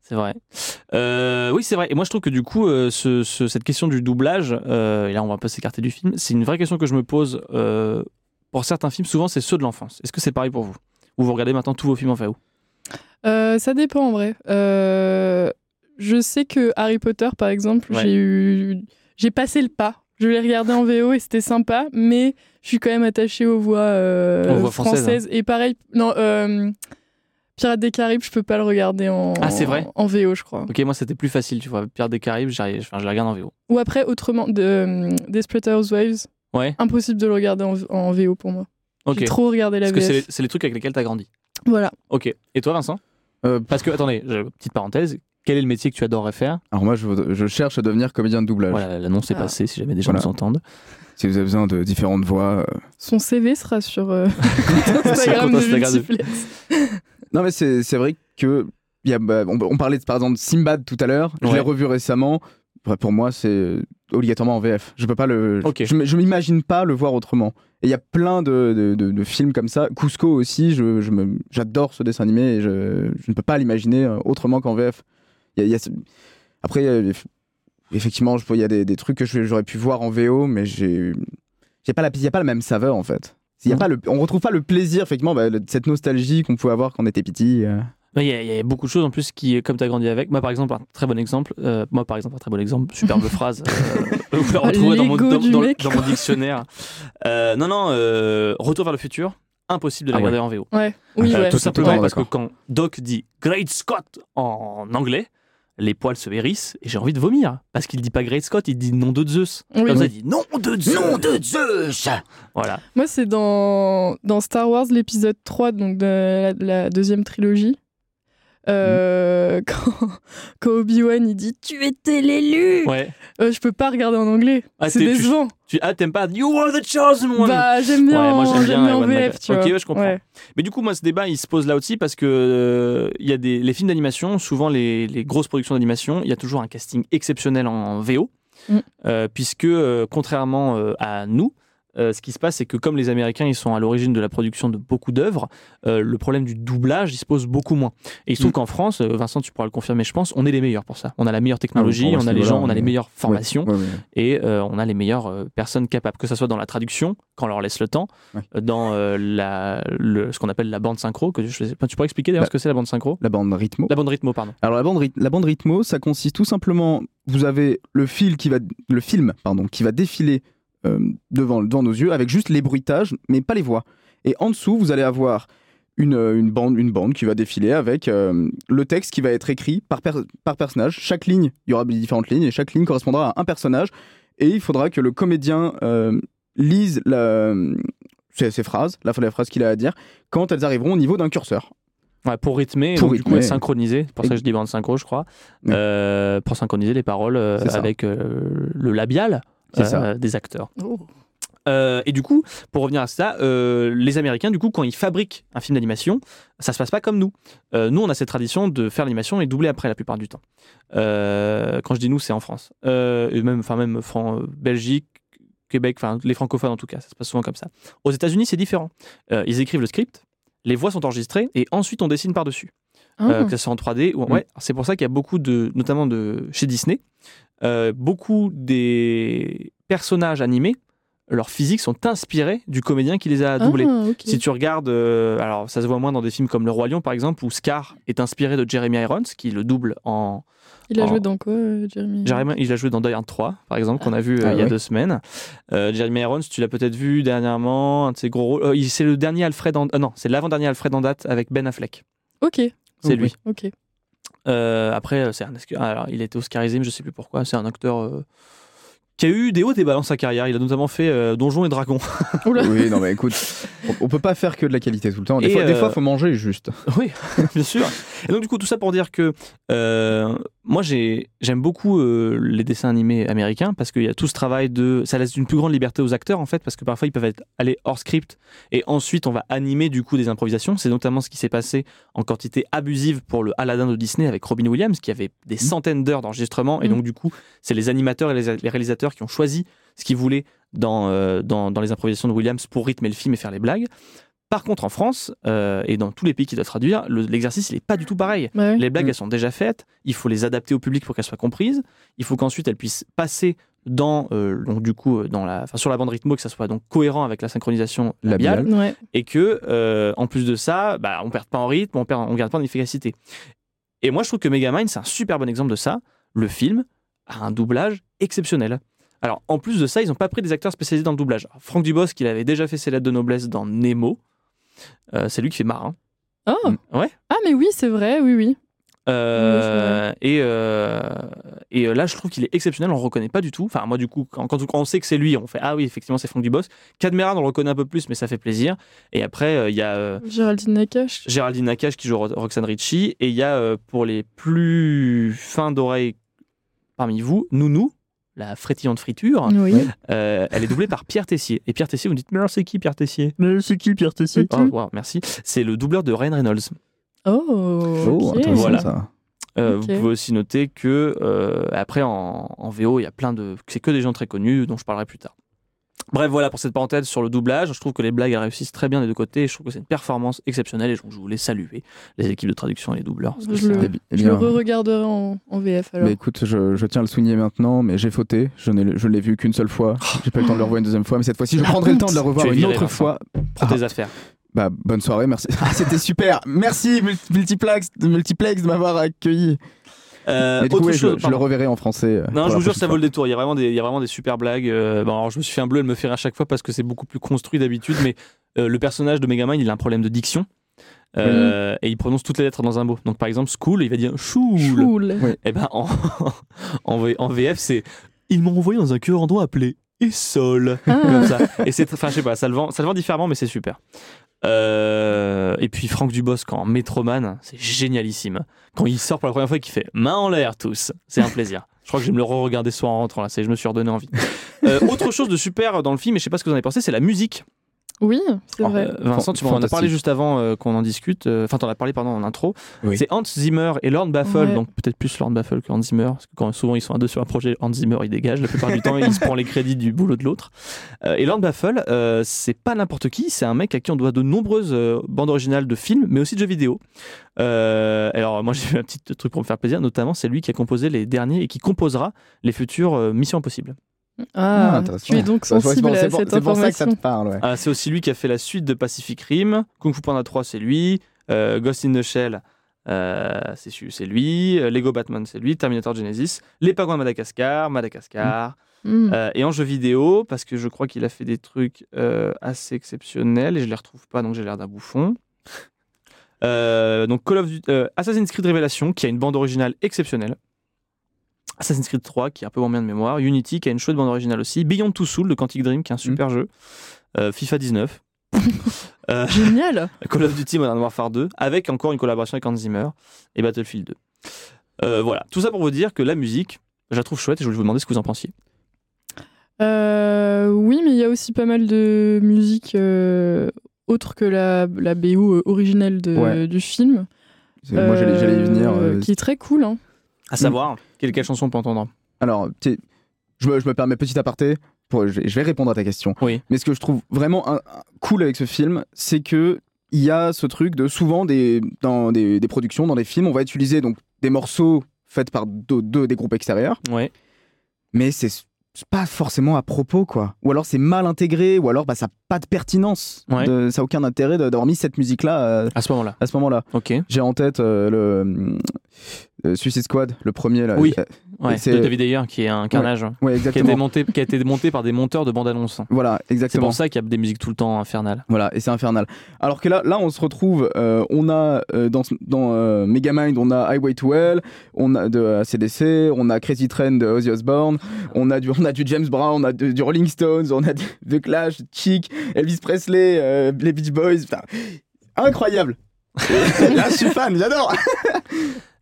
C'est vrai. Euh, oui, c'est vrai. Et moi, je trouve que du coup, euh, ce- ce- cette question du doublage, euh, et là, on va un peu s'écarter du film, c'est une vraie question que je me pose euh, pour certains films. Souvent, c'est ceux de l'enfance. Est-ce que c'est pareil pour vous Ou vous regardez maintenant tous vos films en VO
Euh, ça dépend en vrai. Euh, je sais que Harry Potter, par exemple,
Ouais.
j'ai eu, j'ai passé le pas. Je l'ai regardé en VO et c'était sympa, mais je suis quand même attachée aux voix, euh,
Aux voix françaises, hein.
françaises. Et pareil, non, euh, Pirates des Caraïbes, je peux pas le regarder en,
Ah, c'est vrai
en VO, je crois.
Ok, moi, c'était plus facile, tu vois. Pierre des Caraïbes, j'arrive- enfin, je la regarde en VO.
Ou après, autrement, de, euh, Desperate Housewives,
Ouais,
impossible de le regarder en, en VO pour moi.
ok.
J'ai trop regardé la
Parce que c'est les,
VF.
c'est les trucs avec lesquels t'as grandi.
Voilà.
Ok. Et toi, Vincent
Euh,
Parce que, attendez, je- petite parenthèse, quel est le métier que tu adorerais faire
Alors moi, je, je cherche à devenir comédien de doublage.
Voilà, l'annonce est
Ah.
passée, si jamais des gens
Euh, Voilà.
nous entendent.
Si vous avez besoin de différentes voix. euh.
Son CV sera sur euh,
Sur
Instagram
compte
de
Instagram de-
Multiplex.
Non, mais c'est c'est vrai que. il y a, bah, on, on parlait de- par exemple de Simbad tout à l'heure. Je
Ouais.
l'ai revu récemment. Bah, pour moi, c'est euh, obligatoirement en VF. Je peux pas le.
Ok.
Je, m- je m'imagine pas le voir autrement. Et il y a plein de, de- de- de films comme ça. Cusco aussi. je- je me- J'adore ce dessin animé et je, je ne peux pas l'imaginer euh, autrement qu'en VF. Il y a- il y a ce- Après, il y a- effectivement, je- il y a des, des trucs que je- j'aurais pu voir en VO, mais j'ai, j'ai pas la, il y a pas la même saveur en fait. Il Y a
Mhm.
pas le, on retrouve pas le plaisir, effectivement, bah, le- cette nostalgie qu'on pouvait avoir quand on était petit. euh.
Ouais, Il y, a- il y a beaucoup de choses en plus qui, comme tu as grandi avec, moi par exemple, un très bon exemple, euh, moi par exemple, un très bon exemple, superbe phrase, euh, vous la retrouverez dans mon,
L'ego
dans,
du
dans-
mec,
dans mon dictionnaire. Euh, non, non, euh, Retour vers le futur, impossible de la
Ah ouais.
regarder en VO.
Ouais, oui,
Euh,
ouais.
Tout simplement
Totalement
parce que
d'accord.
quand Doc dit Great Scott en anglais, les poils se hérissent et j'ai envie de vomir parce qu'il dit pas Great Scott, il dit nom de Zeus.
Oui.
Comme ça, il dit nom de Zeus. Nom de Zeus. Voilà.
Moi, c'est dans, dans Star Wars, l'épisode 3, donc de la, la deuxième trilogie.
Hmm.
Euh, quand, quand Obi-Wan il dit tu étais l'élu,
Ouais.
Euh, je peux pas regarder en anglais.
Ah,
c'est
t'es- tu-
décevant.
Tu, ah, t'aimes pas You are the chosen one
Bah, j'aime bien,
Ouais, moi, j'aime bien
j'aime bien, en
Ewan
VF,
McGregor.
tu vois.
Ok, ouais, je comprends.
Ouais.
Mais du coup, moi, ce débat, il se pose là aussi parce que euh, il y a des les films d'animation, souvent les, les grosses productions d'animation, il y a toujours un casting exceptionnel en, en VO,
Mm.
Euh, puisque euh, contrairement euh, à nous. euh, ce qui se passe, c'est que comme les Américains, ils sont à l'origine de la production de beaucoup d'œuvres, euh, le problème du doublage, il se pose beaucoup moins. Et il se trouve
Mm.
qu'en France, euh, Vincent, tu pourras le confirmer, je pense, on est les meilleurs pour ça. On a la meilleure technologie,
Ah oui, pour moi,
on a
c'est-
les gens,
voilà,
on a les
on est-
meilleures formations
Ouais, ouais, ouais.
et euh, on a les meilleures euh, personnes capables, que ce soit dans la traduction, quand on leur laisse le temps,
Ouais.
euh, dans euh, la, le- ce qu'on appelle la bande synchro, que je sais pas, tu pourrais expliquer d'ailleurs
Bah.
ce que c'est la bande synchro
La bande rythmo.
La bande rythmo, pardon.
Alors la bande, ryth- la bande rythmo, ça consiste tout simplement, vous avez le fil qui va, le film pardon, qui va défiler euh, devant, devant nos yeux avec juste les bruitages, mais pas les voix. Et en dessous, vous allez avoir une, euh, une bande, une bande qui va défiler avec euh, le texte qui va être écrit par, per- par personnage. Chaque ligne, il y aura différentes lignes, et chaque ligne correspondra à un personnage. Et il faudra que le comédien euh, lise la- ses, ses phrases, la, la phrase qu'il a à dire, quand elles arriveront au niveau d'un curseur.
Ouais, pour rythmer,
Pour
donc, du coup,
rythmer.
synchroniser, c'est pour ça que je dis bande synchro, je crois,
Ouais.
euh, pour synchroniser les paroles euh,
C'est ça.
avec euh, le labial
C'est
euh,
ça.
des acteurs.
Oh.
Euh, et du coup, pour revenir à ça, euh, les Américains, du coup, quand ils fabriquent un film d'animation, ça se passe pas comme nous. Euh, nous, on a cette tradition de faire l'animation et doubler après la plupart du temps. Euh, quand je dis nous, c'est en France. Euh, et même, enfin, même Fran- euh, Belgique, Québec, enfin, les francophones en tout cas, ça se passe souvent comme ça. Aux États-Unis, c'est différent. Euh, ils écrivent le script, les voix sont enregistrées et ensuite on dessine par-dessus.
Ah.
Euh, que ce soit en 3D. Ou... en-
Mm.
Ouais, c'est pour ça qu'il y a beaucoup de, notamment de chez Disney, euh, beaucoup des personnages animés, leurs physiques sont inspirés du comédien qui les a doublés.
Ah, ok.
Si tu regardes, euh, alors ça se voit moins dans des films comme Le Roi Lion par exemple, où Scar est inspiré de Jeremy Irons, qui le double en.
Il a
en-
joué dans quoi, euh, Jeremy
Oh. Jeremy, il a joué dans Die Hard 3, par exemple, qu'on a vu euh,
Mmh. Ah
il y a
ouais.
deux semaines. Euh, Jeremy Irons, tu l'as peut-être vu dernièrement, un de ses gros rôles. Euh, il- c'est le dernier Alfred, en- ah non, c'est l'avant-dernier Alfred en date avec Ben Affleck.
Ok,
C'est
Oh, Oui.
lui.
ok.
Euh, après, euh, c'est un... esca- ah, alors, il a été oscarisé, mais je sais plus pourquoi. C'est un acteur euh, qui a eu des hauts et des bas dans sa carrière. Il a notamment fait euh, Donjons et Dragons.
Oula.
Oui, non, mais écoute, on, on peut pas faire que de la qualité tout le temps. Des
Et,
fois, des
euh,
fois, faut manger juste.
oui, bien sûr. Et donc, du coup, tout ça pour dire que euh, moi, j'ai- j'aime beaucoup euh, les dessins animés américains parce qu'il y a tout ce travail de. Ça laisse une plus grande liberté aux acteurs, en fait, parce que parfois, ils peuvent être- aller hors script et ensuite, on va animer du coup des improvisations. C'est notamment ce qui s'est passé en quantité abusive pour le Aladdin de Disney avec Robin Williams, qui avait des centaines d'heures d'enregistrement. Et
Mhm.
donc, du coup, c'est les animateurs et les, les réalisateurs qui ont choisi ce qu'ils voulaient dans, euh, dans, dans les improvisations de Williams pour rythmer le film et faire les blagues. Par contre, en France euh, et dans tous les pays qui doivent traduire, le- l'exercice n'est pas du tout pareil.
Bah ouais.
Les blagues,
Mm.
elles sont déjà faites. Il faut les adapter au public pour qu'elles soient comprises. Il faut qu'ensuite elles puissent passer dans euh, donc du coup euh, dans la enfin, sur la bande rythmo que ça soit donc cohérent avec la synchronisation labiale,
Labiale.
Ouais.
et que euh, en plus de ça, bah, on perd pas en rythme, on perd on garde pas en efficacité. Et moi, je trouve que Megamind c'est un super bon exemple de ça. Le film a un doublage exceptionnel. Alors, en plus de ça, ils n'ont pas pris des acteurs spécialisés dans le doublage. Alors, Franck Dubos, qui avait déjà fait ses lettres de noblesse dans Nemo, euh, c'est lui qui fait Marin.
Oh.
Ouais.
Ah, mais oui, c'est vrai, oui, oui.
Euh, et, euh, et euh, là, je trouve qu'il est exceptionnel, on le reconnaît pas du tout. Enfin, moi, du coup, quand, quand on sait que c'est lui, on fait Ah oui, effectivement, c'est Franck Dubos. Cadmeran, on le reconnaît un peu plus, mais ça fait plaisir. Et après, euh, il y a euh,
Géraldine Nakache.
Géraldine Nakache qui joue Ro- Roxane Ritchie. Et il y a, euh, pour les plus fins d'oreilles parmi vous, Nounou, la frétillante friture.
Oui.
Ouais.
Euh, elle est doublée par Pierre Tessier. Et Pierre Tessier, vous me dites Mais alors, c'est qui Pierre Tessier
Mais c'est qui Pierre Tessier
Oh, wow, merci. C'est le doubleur de Ryan Reynolds.
Oh,
Oh,
ok.
intéressant
Voilà.
ça.
Euh,
Ok.
Vous pouvez aussi noter que euh, après en, en VO, il y a plein de, c'est que des gens très connus dont je parlerai plus tard. Bref, voilà pour cette parenthèse sur le doublage. Je trouve que les blagues elles réussissent très bien des deux côtés. et Je trouve que c'est une performance exceptionnelle et donc je voulais saluer les équipes de traduction et les doubleurs. parce que
Je
c'est-
le-
Eh bi- eh
Euh, Je le
bien,
re-regarderai en, en VF alors.
mais écoute, je, je tiens à le souligner maintenant, mais j'ai fauté. Je n'ai- je ne l'ai vu qu'une seule fois. J'ai pas eu le temps de le revoir une deuxième fois, mais cette fois-ci, je
La
prendrai le
honte.
temps de le revoir
Oh. Ah, Tu es
une
viré,
autre
Vincent.
fois.
Prends
Ah.
tes affaires.
Bah, bonne soirée, merci. Ah, C'était super. Merci, Mul- Multiplex, Multiplex de m'avoir accueilli.
Euh,
Mais du coup,
autre
ouais, je,
chose,
je le
pardon.
reverrai en français. euh,
Non,
pour
je
la
vous jure,
prochaine
ça vaut
fois.
le détour. Il y a vraiment des, il y a vraiment des super blagues. Euh, bon, alors, je me suis fait un bleu, elle me fait rire à chaque fois parce que c'est beaucoup plus construit d'habitude. Mais euh, le personnage de Megamind, il a un problème de diction. Euh, Et il prononce toutes les lettres dans un mot. Donc, par exemple, school, il va dire choule.
Cool.
Eh ben, en, en, V- en VF, c'est Ils m'ont envoyé dans un cœur endroit appelé Essol.
Ah.
Comme ça. Et c'est, enfin, je sais pas, ça le vend, ça le vend différemment, mais c'est super. Euh, et puis Franck Dubosc en Metroman, c'est génialissime. Quand il sort pour la première fois, et qu'il fait main en l'air tous, c'est un plaisir. Je crois que je vais me le re-regarder ce soir en rentrant là, c'est- je me suis redonné envie. Euh, autre chose de super dans le film, et je sais pas ce que vous en avez pensé, c'est la musique.
Oui, c'est
Alors,
vrai.
euh, Vincent, tu m'en as
Fantastique.
parlé juste avant euh, qu'on en discute. euh, Enfin, t'en as parlé pardon en intro.
Oui.
C'est Hans Zimmer et Lorne Baffle,
Ouais.
donc peut-être plus Lorne Baffle que Hans Zimmer, parce que quand souvent ils sont à deux sur un projet, Hans Zimmer il dégage la plupart du temps, il se prend les crédits du boulot de l'autre. Euh, et Lorne Baffle, euh, c'est pas n'importe qui, c'est un mec à qui on doit de nombreuses euh, bandes originales de films, mais aussi de jeux vidéo. Euh, alors moi j'ai fait un petit truc pour me faire plaisir, notamment c'est lui qui a composé les derniers et qui composera les futures euh, Missions Impossibles.
Ah,
intéressant.
tu es donc
Bah, je vois,
sensible
c'est
à
pour-
cette
C'est pour ça que ça
information.
te parle, ouais.
Ah, c'est aussi lui qui a fait la suite de Pacific Rim. Kung Fu Panda 3, c'est lui. Euh, Ghost in the Shell, euh, c'est su- c'est lui. Euh, Lego Batman, c'est lui. Terminator Genesis. Les Pingouins de Madagascar, Madagascar.
Hmm.
Euh, et en jeu vidéo, parce que je crois qu'il a fait des trucs euh, assez exceptionnels et je les retrouve pas, donc j'ai l'air d'un bouffon. Euh, donc Call of Duty- euh, Assassin's Creed Révélation qui a une bande originale exceptionnelle. Assassin's Creed 3 qui est un peu moins bien de mémoire. Unity qui a une chouette bande originale aussi. Beyond Two Soul de Quantic Dream qui est un super jeu. Euh, FIFA 19. Euh,
Génial.
Call of Duty Modern Warfare 2 avec encore une collaboration avec Hans Zimmer et Battlefield 2. Euh, voilà, tout ça pour vous dire que la musique, je la trouve chouette et je voulais vous demander ce que vous en pensiez.
Euh, oui, mais il y a aussi pas mal de musique euh, autre que la, la BO originelle de-
Ouais.
du film.
Moi, j'allais j'allais y venir.
euh,
euh,
Qui est très cool. hein.
À savoir, quelle, quelle chanson on peut entendre
Alors, tu sais, je me, je me permets petit aparté, pour, je, je vais répondre à ta question.
Oui.
Mais ce que je trouve vraiment un- un- cool avec ce film, c'est que il y a ce truc de souvent des, dans des, des productions, dans des films, on va utiliser donc des morceaux faits par d'au- d'au- des groupes extérieurs,
Ouais.
mais c'est s- c'est pas forcément à propos quoi. Ou alors c'est mal intégré, ou alors bah, ça n'a pas de pertinence.
Ouais.
De- ça n'a aucun intérêt de- d'avoir mis cette musique là
À ce moment-là.
à ce moment-là.
Ok.
J'ai en tête euh, le hum, euh, Suicide Squad, le premier là.
Oui.
Euh,
Ouais,
Et c'est-
de David Ayer qui est un carnage. hein,
Ouais,
Qui a,
exactement.
été monté, qui a été monté par des monteurs de bande-annonce.
Voilà,
C'est
exactement.
pour ça qu'il y a des musiques tout le temps infernales.
Voilà, et c'est infernal. Alors que là, là, on se retrouve, euh, on a euh, dans, ce- dans euh, Megamind, on a Highway to Hell, on a de ACDC, on a Crazy Train de Ozzy Osbourne, on a du, on a du James Brown, on a de- du Rolling Stones, on a de, The Clash, Chic, Elvis Presley, euh, les Beach Boys, putain, incroyable. là, je suis fan, j'adore.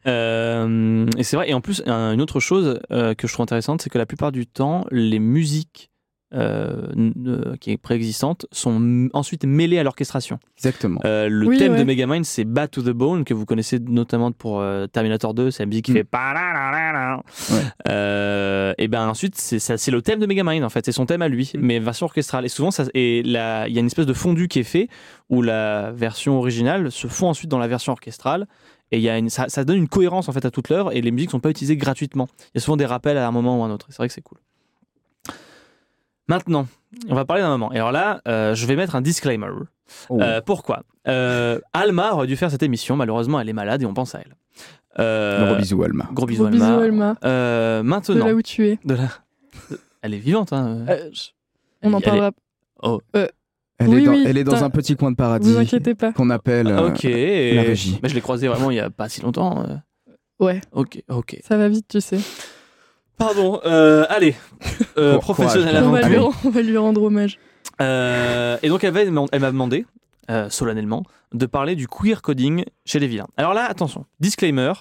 Euh, et c'est vrai. Et en plus, un- une autre chose euh, que je trouve intéressante, c'est que la plupart du temps, les musiques euh, n- euh, qui est préexistante sont m- ensuite mêlées à l'orchestration.
Exactement.
Euh, le
Oui,
thème de
ouais.
Megamind, c'est Bat to the Bone, que vous connaissez notamment pour euh, Terminator 2, c'est la musique qui
Mm.
fait. pa-la-la-la-la.
Ouais.
Euh, et ben ensuite, c'est ça- c'est le thème de Megamind, en fait, c'est son thème à lui,
Mm.
mais version orchestrale. Et souvent, ça- et la- il y a une espèce de fondu qui est fait où la version originale se fond ensuite dans la version orchestrale. Et il y a une, ça, ça donne une cohérence en fait à toute l'œuvre et les musiques sont pas utilisées gratuitement. Il y a souvent des rappels à un moment ou à un autre. Et C'est vrai que c'est cool. Maintenant, on va parler d'un moment. Et alors là, euh, je vais mettre un disclaimer.
Oh.
Euh, pourquoi Euh, Alma aurait dû faire cette émission. Malheureusement, elle est malade et on pense à elle. Euh,
Gros bisous, Alma.
Gros bisous,
Gros bisous,
Alma.
Alma.
Euh,
De
maintenant,
là où tu es.
de la- elle est vivante. Hein.
Euh, je- On en
Elle est-
parlera.
Elle, est
Oui,
dans,
oui,
elle est dans
t'as-
un petit coin de paradis
Vous inquiétez pas.
qu'on appelle. euh,
Ok. et-
régie.
Mais je l'ai croisée vraiment il y a pas si longtemps. euh.
Ouais,
Ok, ok.
ça va vite, tu sais.
Pardon. euh, allez, Euh,
Cour-
professionnel
courage,
On
avant
va, lui,
tout.
on va lui rendre hommage.
Euh, et donc elle m'a elle m'a demandé, euh, solennellement, de parler du queer coding chez les vilains. Alors là, attention, disclaimer,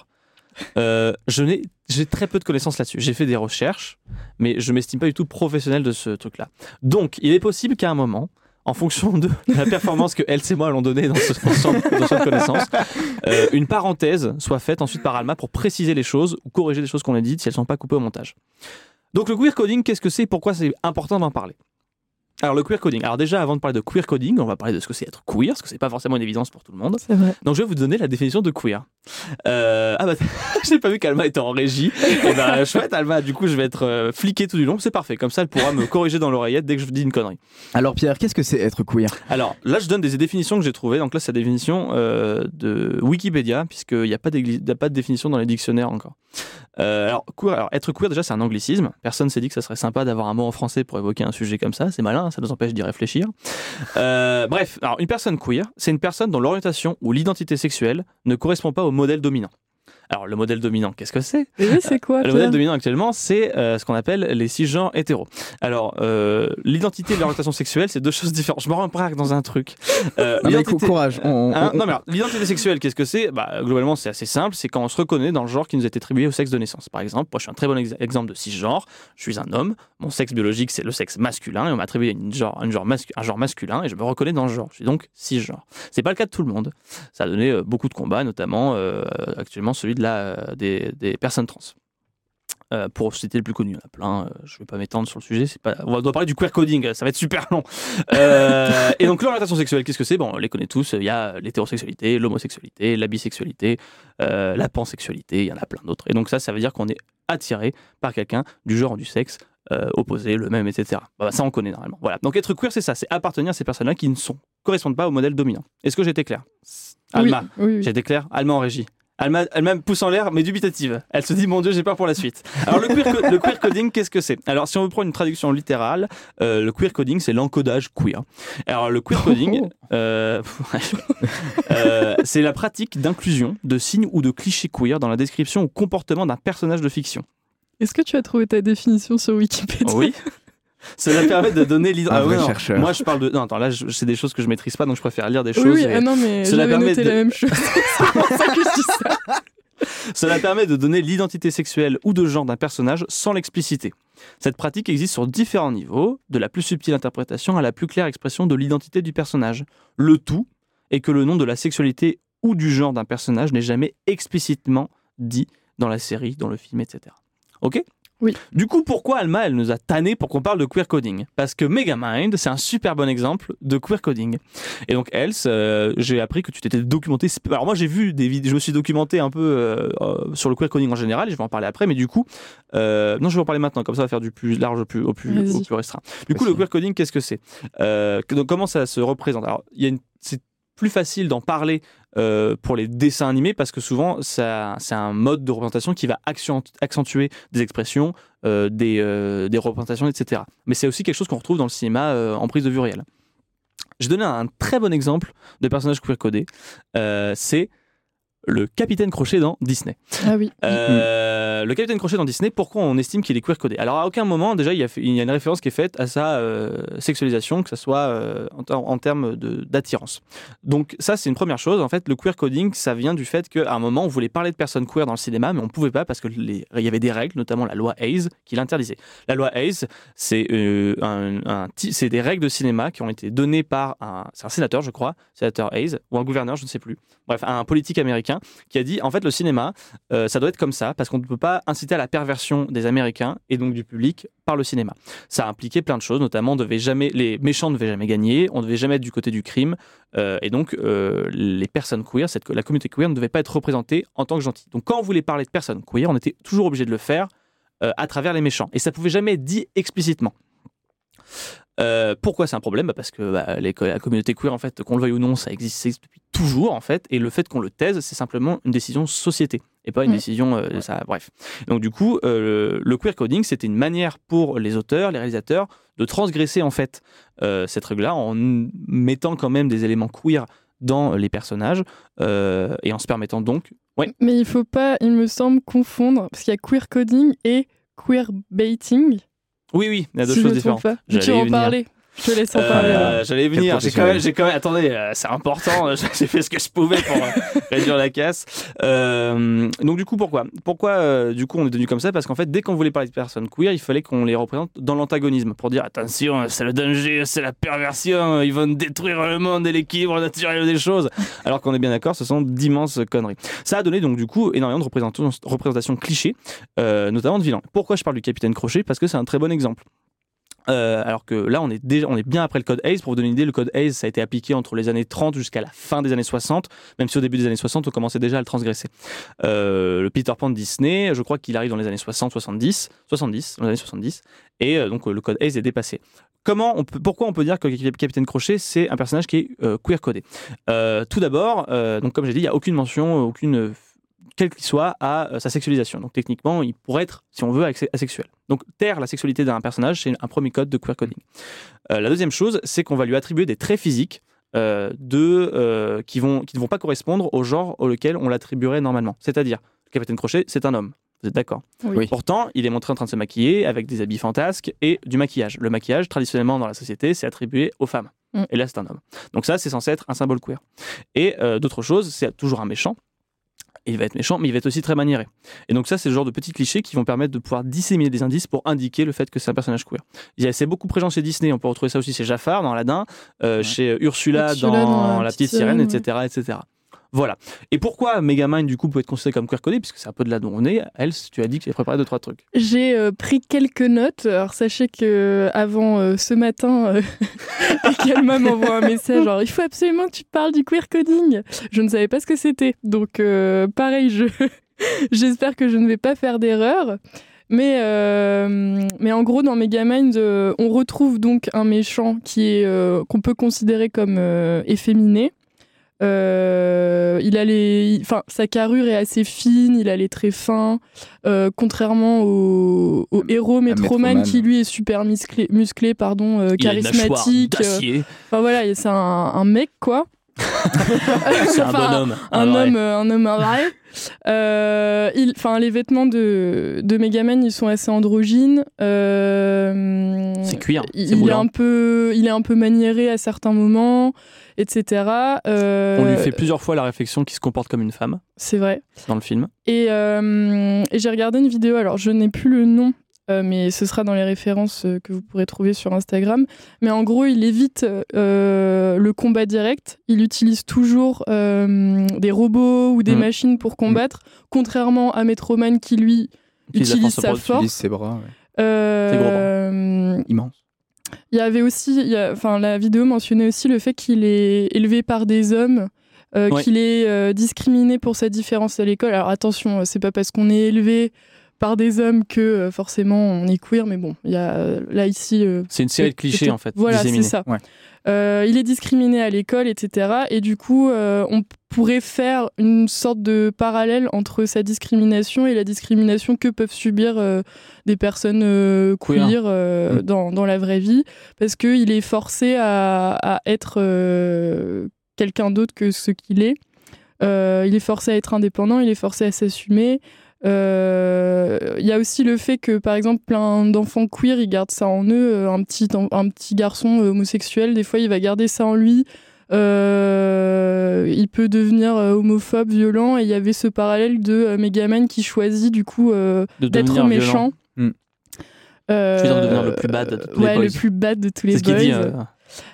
euh, je n'ai- j'ai très peu de connaissances là-dessus. J'ai fait des recherches, mais je m'estime pas du tout professionnel de ce truc-là. Donc, il est possible qu'à un moment, en fonction de la performance que Else et moi allons donner dans ce dans ce- dans cette connaissance, euh, une parenthèse soit faite ensuite par Alma pour préciser les choses ou corriger les choses qu'on a dites si elles sont pas coupées au montage. Donc le queer coding, qu'est-ce que c'est et Pourquoi c'est important d'en parler alors le queer coding. Alors déjà, avant de parler de queer coding, on va parler de ce que c'est être queer, parce que c'est pas forcément une évidence pour tout le monde.
C'est vrai.
Donc je vais vous donner la définition de queer. Euh, ah bah j'ai pas vu qu'Alma était en régie. Et bah chouette Alma, du coup je vais être euh, fliqué tout du long, c'est parfait. Comme ça elle pourra me corriger dans l'oreillette dès que je dis une connerie.
Alors, Pierre, qu'est-ce que c'est être queer
Ah,
Alors là je donne des définitions que j'ai trouvées. Donc là c'est la définition euh, de Wikipédia, puisqu'il n'y a, pas d'égli- y a pas de définition dans les dictionnaires encore. Euh, alors, queer- alors être queer déjà c'est un anglicisme. Personne s'est dit que ça serait sympa d'avoir un mot en français pour évoquer un sujet comme ça. C'est malin, hein, ça nous empêche d'y réfléchir. Euh, bref, alors une personne queer, c'est une personne dont l'orientation ou l'identité sexuelle ne correspond pas au modèle dominant. Alors, le modèle dominant, qu'est-ce que c'est
Et c'est quoi
Le
Pierre
modèle dominant actuellement, c'est euh, ce qu'on appelle les cisgenres hétéros. Alors, euh, l'identité et l'orientation sexuelle, c'est deux choses différentes. Je me rembraque dans un truc. Euh,
bah,
Non, mais cou-
l'identité-
courage. on- on-
Hein
on-
non, mais alors, l'identité sexuelle, qu'est-ce que c'est bah, Globalement, c'est assez simple. C'est quand on se reconnaît dans le genre qui nous est attribué au sexe de naissance. Par exemple, moi, je suis un très bon ex- exemple de cisgenre. Je suis un homme. Mon sexe biologique, c'est le sexe masculin. Et on m'a attribué une genre, une genre mascu- un genre masculin. Et je me reconnais dans le genre. Je suis donc cisgenre. C'est pas le cas de tout le monde. Ça a donné euh, beaucoup de combats, notamment euh, actuellement celui de la, euh, des, des personnes trans. Euh, pour citer le plus connu, il y en a plein. euh, je vais pas m'étendre sur le sujet. C'est pas... On va- doit parler du queer coding. Ça va être super long. Euh, et donc l'orientation sexuelle, qu'est-ce que c'est Bon, on les connaît tous. Il y a l'hétérosexualité, l'homosexualité, la bisexualité, euh, la pansexualité, il y en a plein d'autres. Et donc ça, ça veut dire qu'on est attiré par quelqu'un du genre, du sexe, euh, opposé, le même, etc. Bah, ça, on connaît normalement. Voilà. Donc être queer, c'est ça, c'est appartenir à ces personnes-là qui ne sont, correspondent pas au modèle dominant. Est-ce que j'étais clair Ah,
Oui,
Alma,
oui, oui.
j'étais clair Alma en régie. Alma, Alma me pousse en l'air, mais dubitative. Elle se dit, mon Dieu, j'ai peur pour la suite. Alors, le queer, co- le queer coding, qu'est-ce que c'est Alors, si on veut prendre une traduction littérale, euh, le queer coding, c'est l'encodage queer. Alors, le queer
Oh.
coding, euh, euh, c'est la pratique d'inclusion de signes ou de clichés queer dans la description ou comportement d'un personnage de fiction.
Est-ce que tu as trouvé ta définition sur Wikipédia
Oui. Cela permet de donner l'idée.
Un vrai
non.
chercheur.
Moi, je parle de. Non, attends, là, je- c'est des choses que je maîtrise pas, donc je préfère lire des
Oui,
choses.
oui,
et-
ah non, mais
Cela
j'avais
permet
noté
de-
la même chose. c'est pour ça que je dis ça.
Cela permet de donner l'identité sexuelle ou de genre d'un personnage sans l'expliciter. Cette pratique existe sur différents niveaux, de la plus subtile interprétation à la plus claire expression de l'identité du personnage. Le tout est que le nom de la sexualité ou du genre d'un personnage n'est jamais explicitement dit dans la série, dans le film, etc. Ok
Oui.
Du coup, pourquoi Alma, elle nous a tanné pour qu'on parle de queer coding Parce que Megamind, c'est un super bon exemple de queer coding. Et donc, Else, euh, j'ai appris que tu t'étais documenté. sp- Alors, moi, j'ai vu des vidéos, je me suis documenté un peu euh, euh, sur le queer coding en général, et je vais en parler après, mais du coup, euh, non, je vais en parler maintenant, comme ça, on va faire du plus large au plus, au plus,
Vas-y.
au plus restreint. Du coup,
Vas-y.
le queer coding, qu'est-ce que c'est Euh, que- donc, Comment ça se représente Alors, il y a une- c'est plus facile d'en parler euh, pour les dessins animés parce que souvent, ça- c'est un mode de représentation qui va accent- accentuer des expressions, euh, des, euh, des représentations, etc. Mais c'est aussi quelque chose qu'on retrouve dans le cinéma euh, en prise de vue réelle. Je donné un très bon exemple de personnage queer codé. Euh, c'est le capitaine Crochet dans Disney.
Ah oui.
Euh, le capitaine Crochet dans Disney, pourquoi on estime qu'il est queer codé Alors, à aucun moment, déjà, il y, a, fait- il y a une référence qui est faite à sa euh, sexualisation, que ce soit euh, en, ter- en termes de- d'attirance. Donc, ça, c'est une première chose. En fait, le queer coding, ça vient du fait qu'à un moment, on voulait parler de personnes queer dans le cinéma, mais on ne pouvait pas parce qu'il y avait des règles, notamment la loi Hayes, qui l'interdisait. La loi Hayes, c'est euh, un, un ti- c'est des règles de cinéma qui ont été données par un, c'est un sénateur, je crois, sénateur Hayes, ou un gouverneur, je ne sais plus. Bref, un politique américain qui a dit en fait, le cinéma, euh, ça doit être comme ça, parce qu'on ne peut pas inciter à la perversion des Américains et donc du public par le cinéma. Ça a impliqué plein de choses, notamment on devait jamais, les méchants ne devaient jamais gagner, on ne devait jamais être du côté du crime, euh, et donc euh, les personnes queer, cette, la communauté queer ne devait pas être représentée en tant que gentille. Donc quand on voulait parler de personnes queer, on était toujours obligé de le faire euh, à travers les méchants, et ça pouvait jamais être dit explicitement. Euh, pourquoi c'est un problème Bah, Parce que bah, les- la communauté queer, en fait, qu'on le veuille ou non, ça existe, ça existe depuis toujours, en fait, et le fait qu'on le taise, c'est simplement une décision société et pas une
Ouais.
décision. euh, ça, bref. Donc, du coup, euh, le, le queer coding, c'était une manière pour les auteurs, les réalisateurs, de transgresser, en fait, euh, cette règle-là en mettant quand même des éléments queer dans les personnages euh, et en se permettant donc. Ouais.
Mais il faut pas, il me semble, confondre, parce qu'il y a queer coding et queer baiting.
Oui, oui, il y a deux
si je
choses
me trompe
différentes.
pas. Mais
J'allais
tu
y
vas en
venir.
parler. Je te laisse en
Euh,
parler. alors.
J'allais
Quel
venir. J'ai quand, même,
professionnel.
j'ai quand même. Attendez, euh, c'est important. euh, j'ai fait ce que je pouvais pour euh, réduire la casse. Euh, donc du coup, pourquoi Pourquoi euh, du coup on est devenu comme ça Parce qu'en fait, dès qu'on voulait parler de personnes queer, il fallait qu'on les représente dans l'antagonisme pour dire attention, c'est le danger, c'est la perversion, ils vont détruire le monde et l'équilibre naturel des choses. Alors qu'on est bien d'accord, ce sont d'immenses conneries. Ça a donné donc du coup énormément de représentations, représentations clichés, euh, notamment de vilains. Pourquoi je parle du capitaine Crochet Parce que c'est un très bon exemple. Euh, alors que là, on est, déjà, on est bien après le code Hayes. Pour vous donner une idée, le code Hayes, ça a été appliqué entre les années 30 jusqu'à la fin des années 60, même si au début des années 60, on commençait déjà à le transgresser. Euh, le Peter Pan de Disney, je crois qu'il arrive dans les années 60, 70, 70, dans les années 70, et euh, donc euh, le code Hayes est dépassé. Comment on peut, pourquoi on peut dire que Cap- Capitaine Crochet, c'est un personnage qui est euh, queer codé Euh, Tout d'abord, euh, donc comme j'ai dit, il n'y a aucune mention, aucune, euh, quelle qu'il soit, à euh, sa sexualisation. Donc techniquement, il pourrait être, si on veut, axe- asexuel. Donc taire la sexualité d'un personnage, c'est un premier code de queer coding. Euh, la deuxième chose, c'est qu'on va lui attribuer des traits physiques euh, de, euh, qui, vont, qui ne vont pas correspondre au genre auquel on l'attribuerait normalement. C'est-à-dire Capitaine Crochet, c'est un homme. Vous êtes d'accord
Oui.
Oui.
Pourtant, il est montré en train de se maquiller avec des habits fantasques et du maquillage. Le maquillage, traditionnellement dans la société, c'est attribué aux femmes.
Mm.
Et là, c'est un homme. Donc ça, c'est censé être un symbole queer. Et euh, d'autres choses, c'est toujours un méchant. Il va être méchant, mais il va être aussi très maniéré. Et donc ça, c'est le genre de petits clichés qui vont permettre de pouvoir disséminer des indices pour indiquer le fait que c'est un personnage queer. Il y a- C'est beaucoup présent chez Disney. On peut retrouver ça aussi chez Jafar dans Aladdin, euh, chez Ursula,
Ursula
dans,
dans
La Petite Sirène, etc., etc. Voilà. Et pourquoi Megamind, du coup, peut être considéré comme queer codé Puisque c'est un peu de là dont on est. Elle, tu as dit que tu avais préparé deux, trois trucs.
J'ai euh, pris quelques notes. Alors sachez que euh, avant euh, ce matin, euh, Kalma m'envoie un message genre il faut absolument que tu parles du queer coding. Je ne savais pas ce que c'était. Donc euh, pareil, je j'espère que je ne vais pas faire d'erreur. Mais, euh, mais en gros, dans Megamind, euh, on retrouve donc un méchant qui est euh, qu'on peut considérer comme euh, efféminé. Euh, il a les, enfin, sa carrure est assez fine, il a les traits fins, euh, contrairement au, au héros Metroman
Metroman.
qui lui est super musclé, musclé pardon, euh, charismatique. euh, Enfin voilà, et c'est un, un mec quoi.
C'est un
Enfin,
bonhomme. Ah
un
vrai.
homme, euh, un homme vrai. Euh, il- Enfin, les vêtements de de Megaman, ils sont assez androgynes. Euh,
C'est cuir.
il,
C'est
il est
moulant.
un peu, il est un peu maniéré à certains moments, etc. Euh,
On lui fait plusieurs fois la réflexion qu'il se comporte comme une femme
C'est vrai.
dans le film.
Et, euh, et j'ai regardé une vidéo, alors je n'ai plus le nom, euh, mais ce sera dans les références euh, que vous pourrez trouver sur Instagram. Mais en gros, il évite euh, le combat direct. Il utilise toujours euh, des robots ou des
Mm.
machines pour combattre, contrairement à Metroman qui, lui,
Utilise la force
utilise sa
brute,
Tu
force.
lis ses bras, ouais.
Euh,
C'est gros, hein.
immense.
il y avait aussi, il y a- enfin, la vidéo mentionnait aussi le fait qu'il est élevé par des hommes, euh,
Ouais.
qu'il est euh, discriminé pour sa différence à l'école. Alors attention, euh, c'est pas parce qu'on est élevé par des hommes que euh, forcément on est queer, mais bon, il y a euh, là ici. euh,
C'est une série de clichés, en fait.
Voilà, c'est
disséminés.
ça.
Ouais.
Euh, il est discriminé à l'école, etc. Et du coup, euh, on p- pourrait faire une sorte de parallèle entre sa discrimination et la discrimination que peuvent subir euh, des personnes euh,
Queer.
queer euh,
Mm.
dans, dans la vraie vie, parce qu'il est forcé à, à être euh, quelqu'un d'autre que ce qu'il est. Euh, il est forcé à être indépendant, il est forcé à s'assumer. Euh, Il y a aussi le fait que, par exemple, plein d'enfants queer, ils gardent ça en eux. Euh, Un petit, en- un petit garçon euh, homosexuel, des fois, il va garder ça en lui. Euh, il peut devenir euh, homophobe, violent. Et il y avait ce parallèle de euh, Megaman qui choisit, du coup, euh,
De
d'être
devenir violent.
méchant.
Hmm.
Euh,
Je veux dire, de devenir le plus bad de tous les
ouais,
boys.
le plus bad de tous les
C'est ce qu'il dit.
boys.
euh,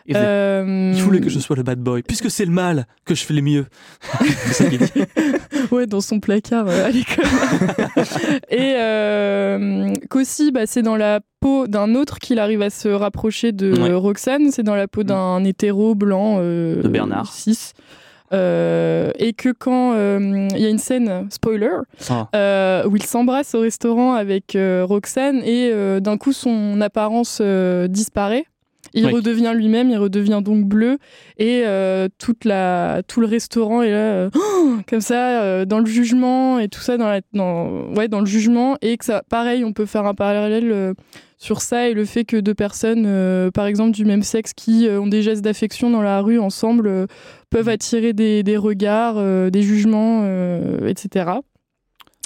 il faisait-
Euh,
Il voulait que je sois le bad boy, puisque c'est le mal que je fais le mieux. c'est ça qu'il dit.
Ouais, dans son placard euh, à l'école. et euh, qu'aussi, bah, c'est dans la peau d'un autre qu'il arrive à se rapprocher de
Ouais. Mm.
Roxane, c'est dans la peau d'un hétéro blanc. euh,
De Bernard.
cis. Euh, et que quand euh, il y a une scène, spoiler,
Ah.
euh, où il s'embrasse au restaurant avec euh, Roxane et euh, d'un coup son apparence euh, disparaît. Il
Oui.
redevient lui-même, il redevient donc bleu et euh, toute la, tout le restaurant est là euh, Oh comme ça euh, dans le jugement et tout ça dans, la, dans, ouais, dans le jugement et que ça pareil on peut faire un parallèle euh, sur ça et le fait que deux personnes euh, par exemple du même sexe qui euh, ont des gestes d'affection dans la rue ensemble euh, peuvent attirer des, des regards, euh, des jugements, euh, etc.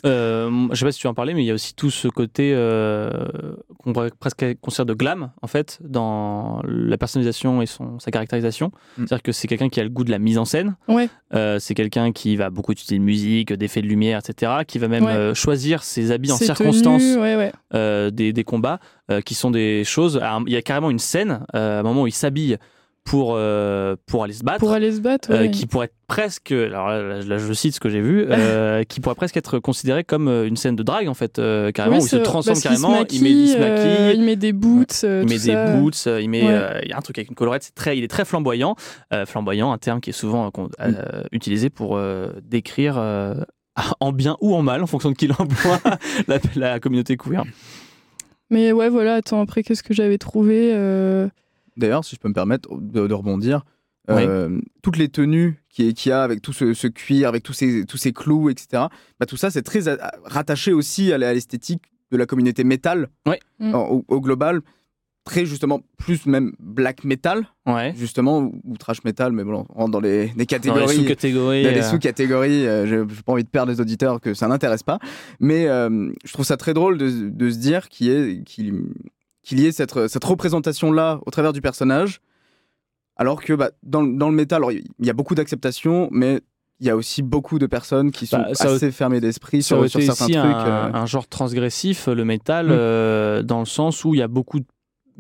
Euh, je sais pas si tu en parlais, mais il y a aussi tout ce côté euh, qu'on pourrait presque considérer de glam, en fait, dans la personnalisation et son, sa caractérisation.
Mm.
C'est-à-dire que c'est quelqu'un qui a le goût de la mise en scène.
Ouais.
Euh, c'est quelqu'un qui va beaucoup utiliser de musique, d'effets de lumière, etc. Qui va même
Ouais.
euh, choisir ses habits en
Ses
circonstance
tenues, ouais, ouais.
euh, des, des combats, euh, qui sont des choses. à un- Il y a carrément une scène, euh, à un moment où il s'habille pour, euh, pour aller se battre.
Pour aller se battre.
euh,
ouais.
qui pourrait être presque, alors là, là, je cite ce que j'ai vu, euh, qui pourrait presque être considéré comme euh, une scène de drague en fait, euh, carrément,
Oui,
où il se
ce-
transforme
parce qu'il se
carrément, il, met, il se
maquille,
maquille,
euh, il met des boots. euh,
il met
tout
des
ça.
boots, euh, il met,
Ouais.
euh, il y a un truc avec une colorette, c'est très, il est très flamboyant, Euh, flamboyant, un terme qui est souvent euh, qu'on- euh,
Mm.
utilisé pour euh, décrire euh, en bien ou en mal, en fonction de qui l'emploie, la, la communauté queer.
Mais ouais, voilà, attends, après, qu'est-ce que j'avais trouvé euh,
D'ailleurs, si je peux me permettre de, de rebondir, euh, toutes les tenues qui- qu'il y a avec tout ce, ce cuir, avec tous ces, tous ces clous, etc., bah, tout ça, c'est très a- rattaché aussi à la- à l'esthétique de la communauté métal
Ouais.
Mm.
en- au, au global. très justement plus même black metal,
Ouais.
justement, ou, ou trash metal, mais bon, on rentre dans les, les
Dans les
catégories.
sous-catégories.
Il y a des
euh,
sous-catégories, euh, j'ai j'ai pas envie de perdre les auditeurs que ça n'intéresse pas. Mais euh, je trouve ça très drôle de, de se dire qu'il y ait, qu'il, qu'il y ait cette, re- cette représentation-là au travers du personnage. Alors que bah, dans, le- dans le métal, alors, il y a beaucoup d'acceptation, mais il y a aussi beaucoup de personnes qui sont
Bah, ça a-
assez fermées d'esprit
ça
sur,
aurait
sur
été
certains
aussi
trucs.
un,
euh.
un genre transgressif, le métal,
Mm.
euh, dans le sens où il y a beaucoup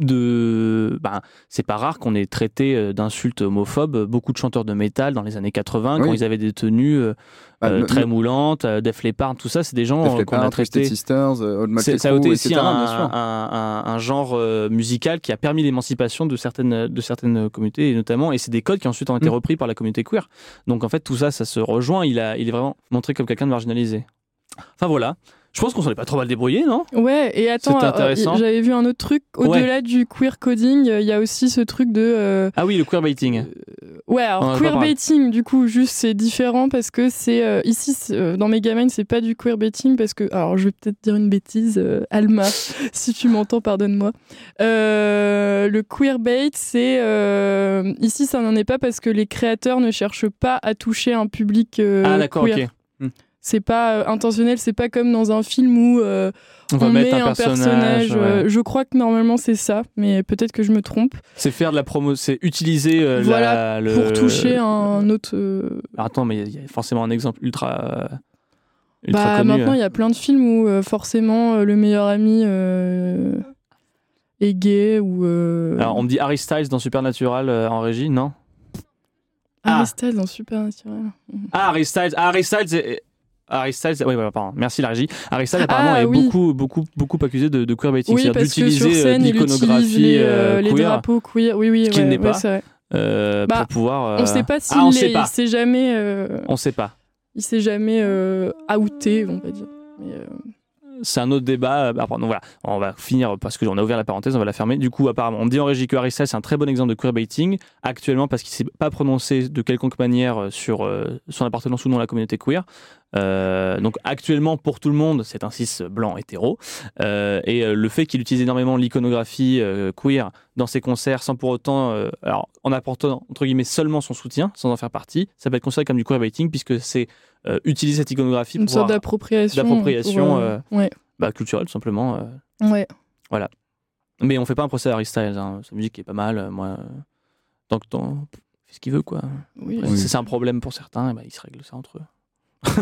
de. Ben, c'est pas rare qu'on ait traité euh, d'insultes homophobes. Beaucoup de chanteurs de métal dans les années 80, quand
Oui.
ils avaient des tenues euh,
Bah,
euh,
no-
très moulantes, euh, Def Leppard, tout ça, c'est des gens
Def
euh, qu'on a
Leppard, Twisted
traités.
Sisters, euh, Old Motley
C'est- Ça a
Crue,
été aussi
etc.,
un,
bien sûr.
un- un- un genre euh, musical qui a permis l'émancipation de certaines, de certaines communautés, et notamment, et c'est des codes qui ensuite ont été
Mm.
repris par la communauté queer. Donc en fait, tout ça, ça se rejoint. Il, a, il est vraiment montré comme quelqu'un de marginalisé. Enfin voilà. Je pense qu'on s'en est pas trop mal débrouillé, non
Ouais, et attends,
C'était
alors,
intéressant.
j'avais vu un autre truc. Au-delà du queer coding, euh, il y a aussi ce truc de. euh,
Ah oui, le queerbaiting.
Ouais, alors
On en a pas
queerbaiting, du coup, juste c'est différent parce que c'est. euh, ici, c'est, euh, dans Megamind, c'est pas du queerbaiting parce que. Alors, je vais peut-être dire une bêtise, euh, Alma, si tu m'entends, pardonne-moi. Euh, le queerbait, c'est. euh, ici, ça n'en est pas parce que les créateurs ne cherchent pas à toucher un public euh,
ah d'accord,
queer.
ok.
C'est pas euh, intentionnel, c'est pas comme dans un film où. euh,
On va
on
mettre
met
un personnage. ouais.
euh, Je crois que normalement c'est ça, mais peut-être que je me trompe.
C'est faire de la promo, c'est utiliser euh,
Voilà,
la- le-
Pour toucher un autre. euh,
Alors, attends, mais il y a forcément un exemple ultra. euh, ultra
Bah,
connu,
maintenant,
euh.
il y a plein de films où euh, forcément euh, le meilleur ami euh, est gay ou. Euh,
Alors, on me dit Harry Styles dans Supernatural euh, en régie, non
Harry
Ah.
Styles dans Supernatural.
Ah, Harry Styles. Ah, Harry Styles. est- Harry Styles, oui, voilà, pardon. Merci la régie. Harry Styles apparemment
Ah,
est
oui.
beaucoup, beaucoup, beaucoup accusé de, de queerbaiting,
Oui,
c'est-à-dire
parce que sur
d'utiliser euh,
scène, il utilise
l'iconographie
les,
euh,
euh, les
queer
drapeaux queer. Oui, oui,
Ce qui
ouais,
n'est
ouais,
pas.
c'est vrai.
euh,
Bah,
pour pouvoir.
On
euh,
sait pas s'il
ah, on
l'est,
sait pas.
il s'est jamais, euh,
On sait pas.
il s'est jamais euh, outé, on va dire. Mais, euh,
C'est un autre débat. euh, bah, pardon, voilà. On va finir parce que on a ouvert la parenthèse, on va la fermer. Du coup, apparemment, on me dit en régie que Harry Styles est un très bon exemple de queerbaiting actuellement parce qu'il s'est pas prononcé de quelconque manière euh, sur euh, son appartenance ou non à la communauté queer. Euh, donc actuellement, pour tout le monde, c'est un cis blanc hétéro. Euh, et euh, le fait qu'il utilise énormément l'iconographie euh, queer dans ses concerts sans pour autant, euh, alors en apportant entre guillemets seulement son soutien, sans en faire partie, ça peut être considéré comme du queerbaiting puisque c'est euh, utiliser cette iconographie
une
pour
sorte
pouvoir
d'appropriation. euh,
d'appropriation,
pour, ouais,
bah, culturel tout simplement. euh.
ouais.
Mais on fait pas un procès à Harry Styles. hein. Sa musique est pas mal. euh, moi, euh, tant que tant, il fait ce qu'il veut quoi.
Oui.
Après,
Oui.
Si c'est un problème pour certains, eh ben, ils se règlent ça entre eux.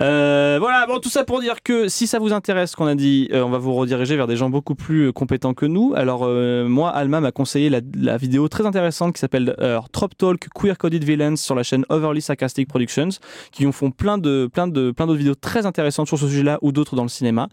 Euh, voilà, bon, tout ça pour dire que si ça vous intéresse ce qu'on a dit, euh, on va vous rediriger vers des gens beaucoup plus euh, compétents que nous. Alors, euh, moi, Alma m'a conseillé la, la vidéo très intéressante qui s'appelle euh, Trop Talk Queer Coded Villains sur la chaîne Overly Sarcastic Productions, qui en font plein de plein de plein d'autres vidéos très intéressantes sur ce sujet-là ou d'autres dans le cinéma.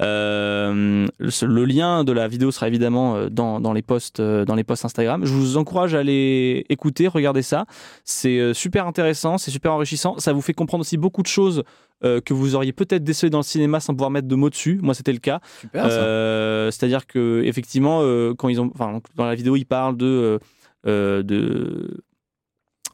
Euh, le, le lien de la vidéo sera évidemment euh, dans, dans les posts euh, dans les posts Instagram. Je vous encourage à aller écouter, regarder ça. C'est euh, super intéressant, c'est super enrichissant. Ça vous fait comprendre aussi beaucoup de choses euh, que vous auriez peut-être décelées dans le cinéma sans pouvoir mettre de mots dessus. Moi, c'était le cas.
Super, ça.
Euh, C'est-à-dire que effectivement, euh, quand ils ont, enfin, donc, dans la vidéo, ils parlent de euh, euh, de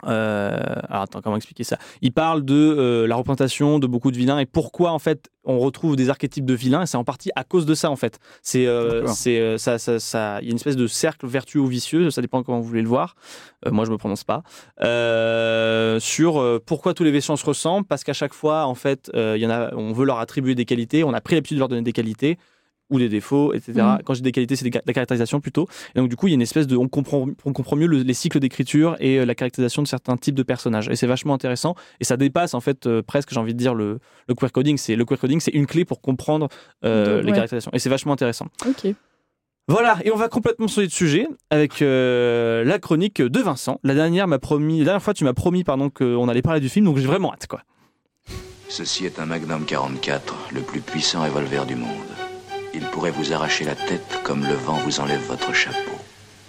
euh, alors, attends, comment expliquer ça Il parle de euh, la représentation de beaucoup de vilains et pourquoi en fait on retrouve des archétypes de vilains. Et c'est en partie à cause de ça en fait. C'est euh,
D'accord.
c'est euh, ça ça ça. Il y a une espèce de cercle vertueux ou vicieux. Ça dépend comment vous voulez le voir. Euh, moi je me prononce pas euh, sur euh, pourquoi tous les vaisseaux se ressemblent parce qu'à chaque fois en fait euh, il y en a. On veut leur attribuer des qualités. On a pris l'habitude de leur donner des qualités ou des défauts, etc.
Mhm.
Quand j'ai des qualités, c'est des ca- la caractérisation plutôt. Et donc, du coup, il y a une espèce de. On comprend, on comprend mieux le- les cycles d'écriture et euh, la caractérisation de certains types de personnages. Et c'est vachement intéressant. Et ça dépasse, en fait, euh, presque, j'ai envie de dire, le, le queer coding. C'est- Le queer coding, c'est une clé pour comprendre euh,
De-
les
ouais.
caractérisations. Et c'est vachement intéressant.
Ok.
Voilà, et on va complètement changer de sujet avec euh, la chronique de Vincent. La dernière, m'a promis, la dernière fois, tu m'as promis pardon, qu'on allait parler du film, donc j'ai vraiment hâte, quoi.
Ceci est un Magnum 44, le plus puissant revolver du monde. Il pourrait vous arracher la tête comme le vent vous enlève votre chapeau.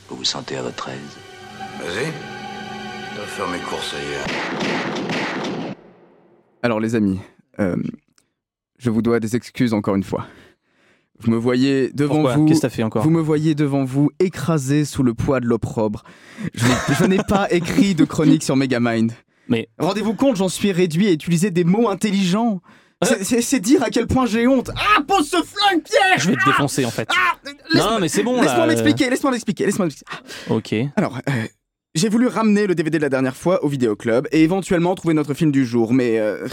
Vous vous sentez à votre aise
Vas-y. Je dois faire mes courses ailleurs.
Alors les amis, euh, je vous dois des excuses encore une fois. Vous me voyez devant
Pourquoi
vous,
Qu'est-ce que t'as fait encore
vous me voyez devant vous écrasé sous le poids de l'opprobre. Je, n'ai- je n'ai pas écrit de chronique sur Megamind.
Mais-
rendez-vous compte, j'en suis réduit à utiliser des mots intelligents.
Hein
C'est- C'est c'est dire à quel point j'ai honte. Ah, pose ce flingue, Pierre
Je vais te défoncer en fait.
Ah
Non, mais c'est bon là. euh.
Laisse-moi m'expliquer, laisse-moi m'expliquer, laisse-moi m'expliquer.
Ok.
Alors, euh, j'ai voulu ramener le DVD de la dernière fois au vidéoclub et éventuellement trouver notre film du jour, mais... euh,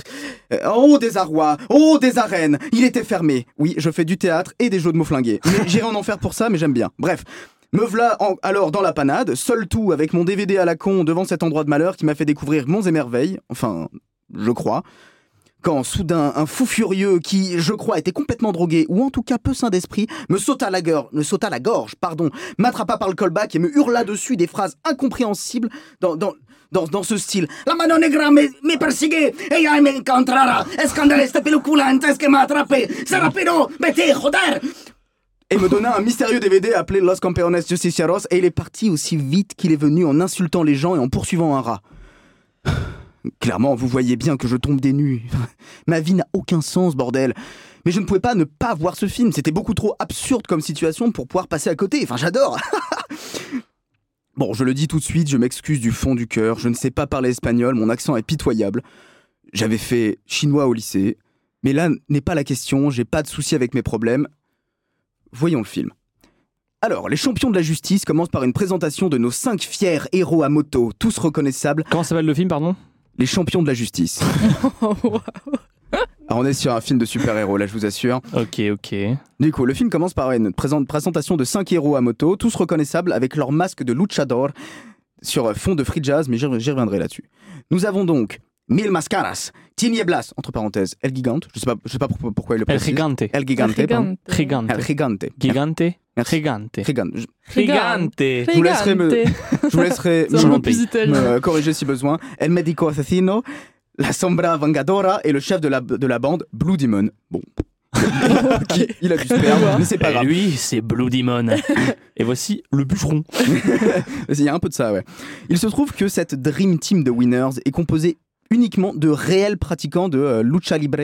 euh, oh, des arrois Oh, des arènes Il était fermé Oui, je fais du théâtre et des jeux de mots flingués. Mais J'irai en enfer pour ça, mais j'aime bien. Bref. Me v'là en- alors dans la panade, seul tout avec mon DVD à la con devant cet endroit de malheur qui m'a fait découvrir monts et merveilles, enfin, je crois. Quand soudain, un fou furieux qui, je crois, était complètement drogué, ou en tout cas peu sain d'esprit, me sauta la gorge, me sauta la gorge, pardon, m'attrapa par le callback et me hurla dessus des phrases incompréhensibles dans, dans, dans, dans ce style. La mano negra me, me persigue, ella me encontrara, escandale esta película antes que me atrape, se rapido, vete, joder et me donna un mystérieux DVD appelé Los Campeones Justiciaros et il est parti aussi vite qu'il est venu en insultant les gens et en poursuivant un rat. Clairement, vous voyez bien que je tombe des nues. Ma vie n'a aucun sens, bordel. Mais je ne pouvais pas ne pas voir ce film. C'était beaucoup trop absurde comme situation pour pouvoir passer à côté. Enfin, j'adore. bon, je le dis tout de suite, je m'excuse du fond du cœur. Je ne sais pas parler espagnol, mon accent est pitoyable. J'avais fait chinois au lycée. Mais là n'est pas la question, j'ai pas de souci avec mes problèmes. Voyons le film. Alors, les champions de la justice commencent par une présentation de nos cinq fiers héros à moto, tous reconnaissables,
Comment s'appelle le film, pardon
les champions de la justice. Alors, on est sur un film de super-héros, là, je vous assure.
Ok, ok.
Du coup, le film commence par une présent- présentation de cinq héros à moto, tous reconnaissables avec leur masque de luchador sur euh, fond de free jazz, mais j'y re- j'y reviendrai là-dessus. Nous avons donc Mil Mascaras, Tinieblas, entre parenthèses, El Gigante, je sais pas, je sais pas pour- pourquoi il le
El
précise.
Gigante.
El Gigante. pardon.
Gigante.
El Gigante.
Gigante.
Merci.
Gigante.
Gigante. Je-
Gigante.
Gigante.
vous laisserez me-
Gigante.
Je vous laisserai
C'est un
m'en
mot plus
paye.
me
italien.
euh, corriger si besoin. El Medico Assassino, La Sombra Vangadora et le chef de la, de la bande, Blue Demon. Bon. il, il a du sperme, mais c'est pas
Et
grave.
lui, Eh c'est Blue Demon. Et voici le bûcheron.
Il y a un peu de ça, ouais. Il se trouve que cette Dream Team de winners est composée uniquement de réels pratiquants de euh, lucha libre.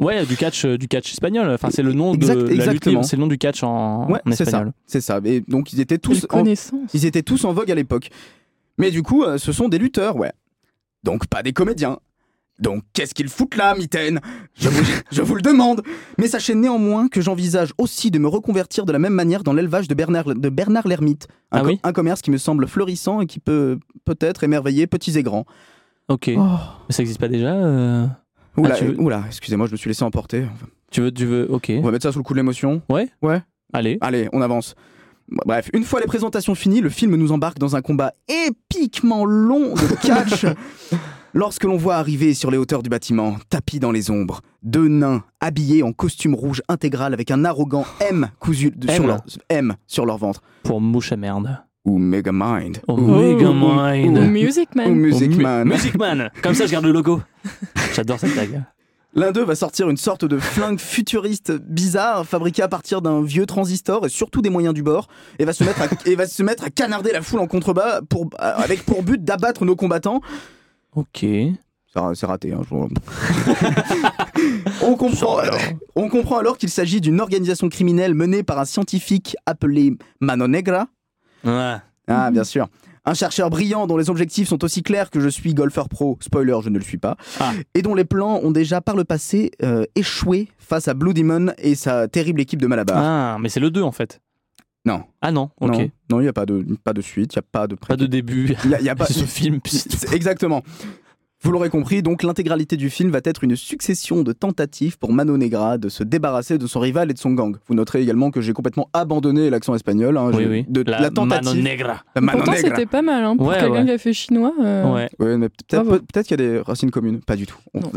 Ouais, du catch, euh, du catch espagnol. Enfin, c'est le nom
Exact-
de la lutte
exactement.
libre, C'est le nom du catch en,
Ouais,
en
c'est ça.
espagnol.
C'est ça. Et donc, ils étaient
Quelle
tous en,
connaissance.
ils étaient tous en vogue à l'époque. Mais du coup, euh, ce sont des lutteurs, ouais. Donc, pas des comédiens. Donc, qu'est-ce qu'ils foutent là, mitaine je vous, je vous le demande Mais sachez néanmoins que j'envisage aussi de me reconvertir de la même manière dans l'élevage de Bernard, de Bernard l'Ermite. Un,
Ah oui
un commerce qui me semble florissant et qui peut peut-être émerveiller petits et grands.
Ok. Mais ça existe pas déjà euh,
Oula,
Ah, tu veux-
oula, excusez-moi, je me suis laissé emporter.
Tu veux, tu veux. Ok.
On va mettre ça sous le coup de l'émotion.
Allez.
Allez, on avance. Bref, une fois les présentations finies, le film nous embarque dans un combat épiquement long de catch. Lorsque l'on voit arriver sur les hauteurs du bâtiment, tapis dans les ombres, deux nains habillés en costume rouge intégral avec un arrogant M cousu de-
M.
sur, leur, M sur leur ventre.
Pour mouche à merde.
Ou Megamind.
Oh,
Ou,
Mega
Ou
Mind.
Music
ou
Man.
Music
Oh, mu-
Man.
Music Man. Comme ça, je garde le logo. J'adore cette tag.
L'un d'eux va sortir une sorte de flingue futuriste bizarre fabriquée à partir d'un vieux transistor et surtout des moyens du bord et va se mettre à, et va se mettre à canarder la foule en contrebas pour, euh, avec pour but d'abattre nos combattants.
Ok.
C'est ra- C'est raté. hein, je- on, comprend, on comprend alors qu'il s'agit d'une organisation criminelle menée par un scientifique appelé Mano Negra.
Ouais.
Ah, bien sûr. Un chercheur brillant dont les objectifs sont aussi clairs que je suis golfeur pro, spoiler, je ne le suis pas,
Ah.
et dont les plans ont déjà par le passé euh, échoué face à Blue Demon et sa terrible équipe de Malabar.
Ah, mais c'est le 2 en fait.
Non.
Ah non, ok.
Non, non, il n'y a pas de, pas de suite, il n'y a pas de...
Pas de début.
Il y a- il y a pas...
Ce film, puis c'est tout.
C'est- Exactement. Vous l'aurez compris, donc l'intégralité du film va être une succession de tentatives pour Mano Negra de se débarrasser de son rival et de son gang. Vous noterez également que j'ai complètement abandonné l'accent espagnol. hein,
Oui,
j'ai-
oui.
De, la,
Mano
tentative.
Negra.
la Mano
Pourtant,
Negra.
c'était pas mal hein, pour
Ouais,
quelqu'un
ouais.
qui a fait chinois.
Ah.
euh,
Ouais.
Ouais, mais peut-être
Bravo.
peut-être qu'il y a des racines communes. Pas du tout. On-
Non.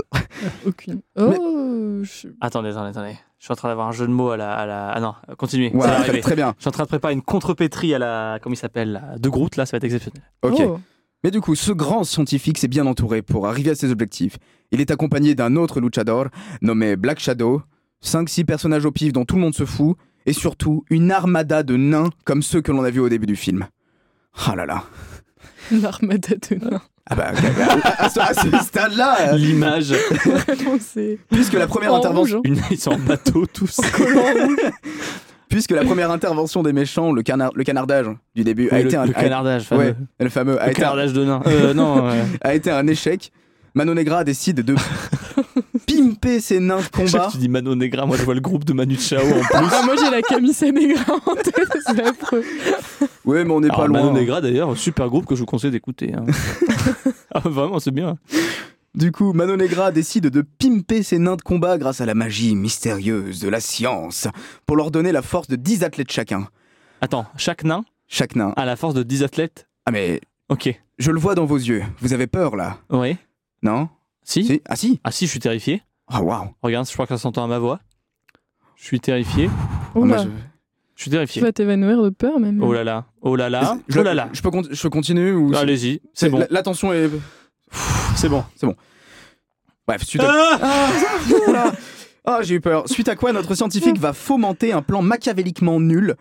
Aucune. Oh, je-
Attendez, attendez, attendez. Je suis en train d'avoir un jeu de mots à la. À la... Ah non, continuez.
Ouais,
ça va
très,
arriver.
très bien.
Je suis en train de préparer une contrepétrie à la. Comment il s'appelle là De Groot, là, ça va être exceptionnel.
Ok.
oh.
Mais du coup, ce grand scientifique s'est bien entouré pour arriver à ses objectifs. Il est accompagné d'un autre luchador nommé Black Shadow, 5-6 personnages au pif dont tout le monde se fout, et surtout une armada de nains comme ceux que l'on a vus au début du film. Ah là là.
l'armada de nains.
Ah bah, à, à ce, à ce stade-là, euh,
L'image.
Vraiment, c'est
puisque la première
en
intervention.
rouge, hein.
Une... Ils sont en bateau tous.
Puisque la première intervention des méchants, le, canard, le canardage du début, a
Oui,
été
le,
un,
le
a-
canardage. fameux.
ouais, le fameux, a
Le
été, un,
canardage de nain. Euh, non. euh,
a été un échec. Mano Negra décide de pimper ses nains de combat.
Tu dis Mano Negra, moi je vois le groupe de Manu Chao hein. en plus.
Ah, moi j'ai la Camille Sénégra en tête, c'est affreux.
Ouais, mais on n'est
Alors,
pas loin.
Ah,
hein.
Mano Negra d'ailleurs, super groupe que je vous conseille d'écouter. hein. ah, vraiment, c'est bien.
Du coup, Mano Negra décide de pimper ses nains de combat grâce à la magie mystérieuse de la science pour leur donner la force de 10 athlètes chacun.
Attends, chaque nain
Chaque nain.
a la force de 10 athlètes
Ah mais
Ok.
je le vois dans vos yeux. Vous avez peur là
Ouais.
Non
Si,
Si Ah si
Ah si, je suis terrifié.
Ah waouh.
Regarde, je crois que ça s'entend à ma voix. Je suis terrifié.
Ah,
Oula,
moi, je-
Je suis
Tu
terrifié.
vas t'évanouir de peur même.
Oh là là. Oh là là.
je,
oh là là.
Je peux, con- je peux continuer ou
Allez-y, c'est bon.
la- L'attention est.
C'est bon.
Bref, suite à... Ah, oula. Ah, j'ai eu peur. Suite à quoi notre scientifique va fomenter un plan machiavéliquement nul.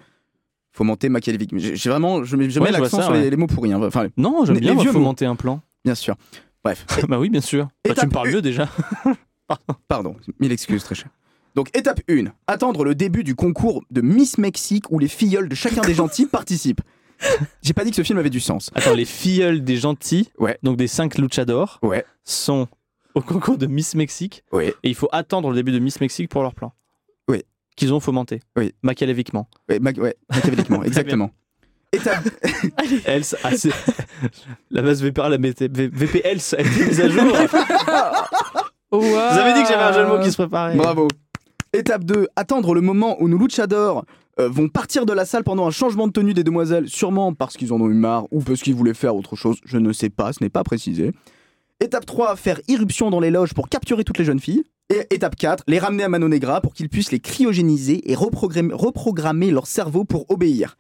Fomenter machiavéliquement. J'ai j'ai vraiment. Je, mets- je mets
Ouais, je vois
l'accent
ça,
sur
ouais.
les, les mots pourris. hein. Enfin,
non, j'aime
Les-
bien
les
moi,
vieux
fomenter un plan.
bien sûr. Bref.
bah oui, bien sûr. Bah, tu
Étape
me parles
une.
mieux déjà.
Pardon, mille excuses, très cher. Donc, étape 1, attendre le début du concours de Miss Mexique où les filleuls de chacun des gentils participent. J'ai pas dit que ce film avait du sens.
Attends, les filleuls des gentils,
Ouais.
donc des 5 luchadors,
Ouais.
sont au concours de Miss Mexique
Oui.
et il faut attendre le début de Miss Mexique pour leur plan.
Oui.
Qu'ils ont fomenté.
Oui.
Machiavéliquement.
Ouais, ma- ouais, machiavéliquement, exactement. Étape,
Else, ah, c'est- la base VPR, la BT V- VP Else, elle était mise à jour. Vous
Oh,
avez dit que j'avais un jeu de mots qui se préparait.
bravo. Étape 2, attendre le moment où nos luchadors euh, vont partir de la salle pendant un changement de tenue des demoiselles, sûrement parce qu'ils en ont eu marre ou parce qu'ils voulaient faire autre chose, je ne sais pas, ce n'est pas précisé. Étape 3, faire irruption dans les loges pour capturer toutes les jeunes filles. Et étape 4, les ramener à Mano Negra pour qu'ils puissent les cryogéniser et reprogrammer, reprogrammer leur cerveau pour obéir.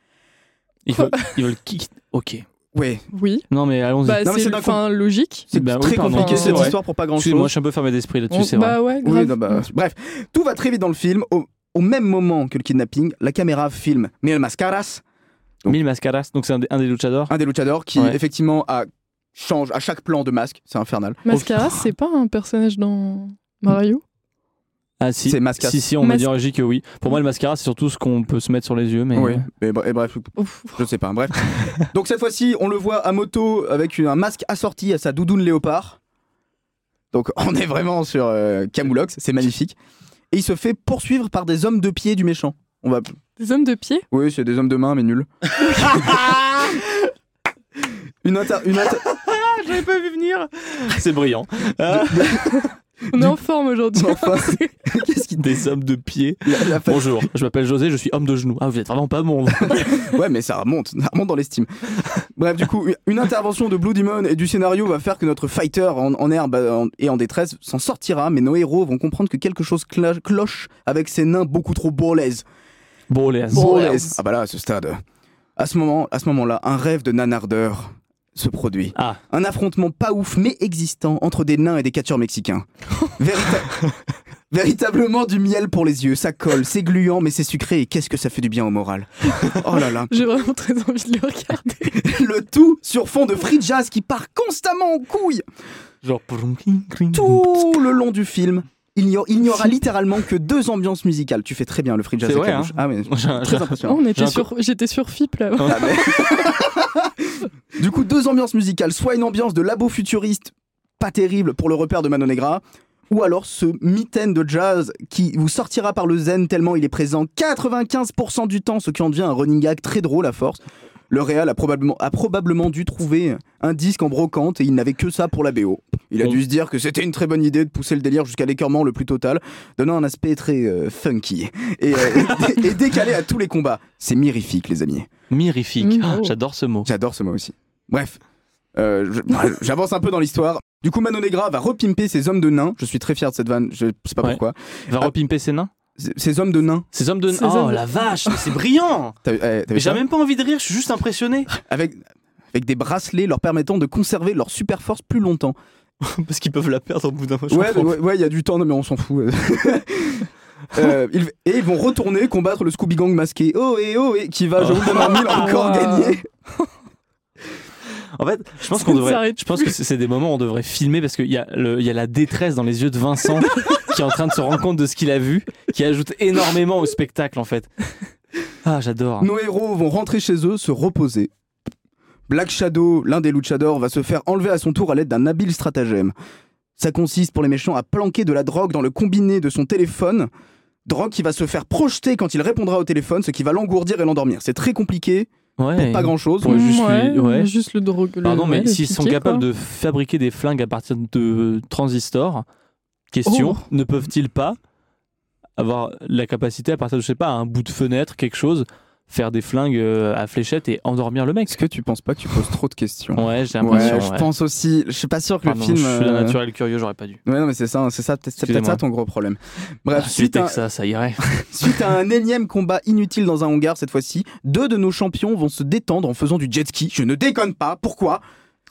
Ils veulent, ils veulent kick. Ok.
Ouais,
Oui,
Non, mais allons-y.
bah
Non, mais
c'est
c'est d'un
enfin, logique.
c'est
Bah oui,
très
pardon,
compliqué
c'est
cette
vrai.
histoire pour pas grand chose.
Excusez-moi, je suis un peu fermé d'esprit là-dessus,
On-
c'est vrai.
bah ouais, grave.
Oui, non, bah, bref, tout va très vite dans le film. Au, au même moment que le kidnapping, la caméra filme Mil Mascaras, donc-
Mille mascaras, donc c'est un, des- un des luchadors.
un des luchadors qui
Ouais.
effectivement a- change à chaque plan de masque. C'est infernal.
Mascara, c'est pas un personnage dans Mario
Ah si.
C'est mascaras.
Si, si, on m'a
Mas-
dit en régie que oui. Pour moi, le mascara, c'est surtout ce qu'on peut se mettre sur les yeux. Mais...
Oui, mais br- et bref,
Ouf.
je sais pas. Bref. Donc cette fois-ci, on le voit à moto avec une- un masque assorti à sa doudoune léopard. Donc on est vraiment sur euh, Camoulox, c'est magnifique. Et il se fait poursuivre par des hommes de pied du méchant. On va
Des hommes de pied
Oui, c'est des hommes de main, mais nuls. une inter- une inter-
Ah, J'avais pas vu venir. C'est brillant. Ah,
On est en forme aujourd'hui.
Enfin, Qu'est-ce qui
des hommes de pied.
la, la fa-
Bonjour, je m'appelle José, je suis homme de genoux. Ah, vous êtes vraiment pas bon. vous.
Ouais, mais ça remonte, ça remonte dans l'estime. Bref, du coup, une intervention de Blue Demon et du scénario va faire que notre fighter en, en herbe euh, en- et en détresse s'en sortira, mais nos héros vont comprendre que quelque chose cla- cloche avec ces nains beaucoup trop bourlaises.
Bon, les as-
Bourlaises. Ah bah là, à ce stade. euh, À ce moment, à ce moment-là, un rêve de nanardeur se produit.
Ah.
Un affrontement pas ouf mais existant entre des nains et des catcheurs mexicains. Vérita- Véritablement du miel pour les yeux, ça colle, c'est gluant mais c'est sucré et qu'est-ce que ça fait du bien au moral. Oh là là.
J'ai vraiment très envie de le regarder.
Le tout sur fond de free jazz qui part constamment en couille
Genre. prum, cling, cling.
tout le long du film. Il n'y, a- il n'y aura littéralement que deux ambiances musicales. Tu fais très bien le free jazz
C'est
avec
vrai,
la bouche.
hein.
Ah, mais
J'ai-
très
j'ai-
Oh,
impressionnant.
on était
un
sur... J'étais sur FIP là.
Ah, mais- du coup, deux ambiances musicales. Soit une ambiance de labo futuriste, pas terrible pour le repère de Manon Negra, ou alors ce mitaine de jazz qui vous sortira par le zen tellement il est présent 95% du temps, ce qui en devient un running gag très drôle à force. Le Real a probablement, a probablement dû trouver un disque en brocante et il n'avait que ça pour la BO. Il a
Bon.
dû se dire que c'était une très bonne idée de pousser le délire jusqu'à l'écœurement le plus total, donnant un aspect très euh, funky et, euh, et dé- et décalé à tous les combats. C'est mirifique, les amis.
Mirifique. Ah,
Mm, oh.
J'adore ce mot.
J'adore ce mot aussi. Bref, euh, je- bah, j'avance un peu dans l'histoire. Du coup, Mano Negra va repimper ses hommes de nains. Je suis très fier de cette vanne, je sais pas
Ouais.
pourquoi.
Va
Ah.
repimper ses nains.
Ces- Ces hommes de nains,
Ces hommes de.
Ces
Oh
hommes-
la vache, mais c'est brillant.
t'as- eh, t'avais
Mais j'ai
ça
même pas envie de rire, je suis juste impressionné.
avec, avec des bracelets leur permettant de conserver leur super force plus longtemps.
Parce qu'ils peuvent la perdre au bout d'un moment.
Ouais, ouais, ouais, il y a du temps, non, mais on s'en fout. Euh, ils- et ils vont retourner combattre le Scooby Gang masqué. Oh et oh et qui va, je vous le donne en mille, encore
Wow.
gagner.
En fait, je pense
Ça
qu'on
ne
devrait.
s'arrête
Je pense que c'est c'est des moments où on devrait filmer parce qu'il y, a le- il y a la détresse dans les yeux de Vincent qui est en train de se rendre compte de ce qu'il a vu, qui ajoute énormément au spectacle en fait. Ah, j'adore.
Nos héros vont rentrer chez eux, se reposer. Black Shadow, l'un des luchadors, va se faire enlever à son tour à l'aide d'un habile stratagème. Ça consiste pour les méchants à planquer de la drogue dans le combiné de son téléphone. Drogue qui va se faire projeter quand il répondra au téléphone, ce qui va l'engourdir et l'endormir. C'est très compliqué,
Ouais.
pour pas grand chose.
Pour
Mm,
juste
ouais,
lui- ouais.
juste le drogue. le-
Pardon,
ouais,
mais
le
s'ils sont
piquer,
capables
quoi.
de fabriquer des flingues à partir de transistors, question,
Oh.
ne peuvent-ils pas avoir la capacité à partir de, je sais pas, un bout de fenêtre, quelque chose, faire des flingues euh, à fléchette et endormir le mec
Est-ce que tu penses pas que tu poses trop de questions
Ouais, j'ai
Ouais,
l'impression.
je
ouais.
pense aussi. Je suis pas sûr que
Pardon,
le film.
je suis
euh,
d'un naturel curieux, j'aurais pas dû.
Ouais, non, mais c'est ça, hein, c'est ça, peut-être- c'est peut-être
Excusez-moi.
ça ton gros problème.
Ah,
Bref,
si
Bah, suite
c'était
à,
que ça, ça irait.
suite à un énième combat inutile dans un hangar cette fois-ci, deux de nos champions vont se détendre en faisant du jet ski. Je ne déconne pas, pourquoi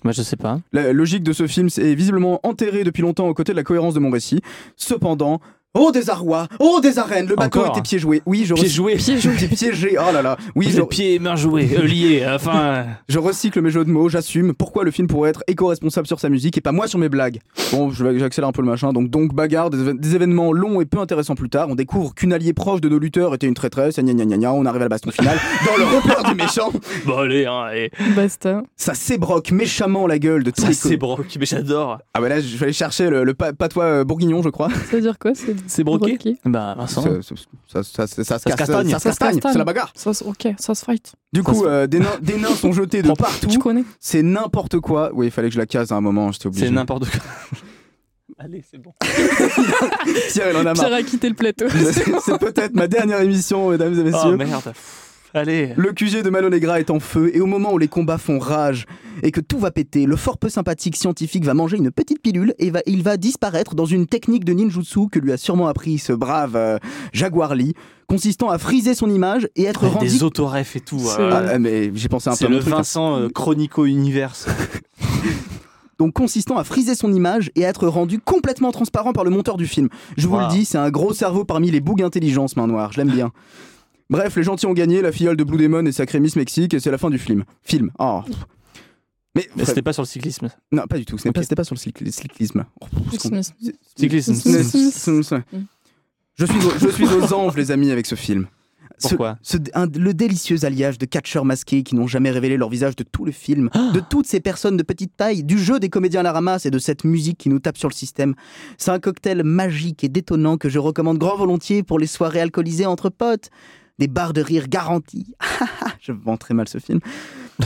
Moi, je sais pas. hein.
La logique de ce film est visiblement enterrée depuis longtemps aux côtés de la cohérence de mon récit. Cependant, oh désarroi, oh des arènes, le bateau
Encore
était pieds joués. Oui, je
Pieds
recycle.
joués.
piégé, oh là là. Oui,
Vous
je,
êtes pieds et mains joués, euh, liés, enfin.
je recycle mes jeux de mots, j'assume. Pourquoi le film pourrait être éco-responsable sur sa musique et pas moi sur mes blagues Bon, je vais- j'accélère un peu le machin. Donc, donc bagarre, des, éve- des événements longs et peu intéressants plus tard. On découvre qu'une alliée proche de nos lutteurs était une traîtresse. Gna gna gna gna, on arrive à la baston finale. dans le repère du méchant,
Bon, allez, hein, allez.
Basta.
ça s'ébroque méchamment la gueule de tous
Ça,
les
c'est
co-
broqué, mais j'adore.
Ah bah là, je vais aller chercher le, le pa- patois euh, bourguignon, je crois.
Ça veut dire quoi C'est
C'est broqué Bah, Vincent.
Ça, ça- ça- ça- ça- ça se
se
casse-
castagne.
ça se castagne,
castagne.
c'est la bagarre.
Ça se- ok, ça se fight.
Du
Ça
coup,
se-
euh, des, nains, des nains sont jetés de
Prends-
partout.
Tu connais
C'est n'importe quoi. Oui, il fallait que je la case à un moment, j'étais obligé.
C'est n'importe quoi. Allez, c'est bon.
Pierre,
Ah,
il en a marre.
Pierre
bah.
a quitté le plateau.
C'est peut-être ma dernière émission, mesdames et
Oh
messieurs.
merde. Pff, Allez.
le QG de Malonegra est en feu et au moment où les combats font rage et que tout va péter, le fort peu sympathique scientifique va manger une petite pilule et va- il va disparaître dans une technique de ninjutsu que lui a sûrement appris ce brave euh, Jaguar Lee, consistant à friser son image et être
Ouais,
rendu...
Des autorefs et tout.
C'est-
euh,
Ah, euh, mais j'ai pensé un peu
C'est
à mon
le
truc, hein.
Vincent euh, Chronico Universe.
donc consistant à friser son image et à être rendu complètement transparent par le monteur du film. Je vous
Wow.
le dis, c'est un gros cerveau parmi les bougs intelligence, main noire, je l'aime bien. Bref, les gentils ont gagné, la filleule de Blue Demon et sacré Miss Mexique, et c'est la fin du film. Film. Oh. Mais,
Mais C'était pas sur le cyclisme.
non, pas du tout, ce n'est pas-
Ok.
c'était pas, sur le cycl- cyclisme. Oh,
Will
ce qu'on-
Smith.
Cyclisme.
Je suis, au- je suis aux anges, les amis, avec ce film. Ce-
Pourquoi
ce- un- Le délicieux alliage de catcheurs masqués qui n'ont jamais révélé leur visage de tout le film, de toutes ces personnes de petite taille, du jeu des comédiens à la ramasse et de cette musique qui nous tape sur le système. C'est un cocktail magique et détonnant que je recommande grand volontiers pour les soirées alcoolisées entre potes. Des barres de rire garanties. Ah, je vends très mal ce film.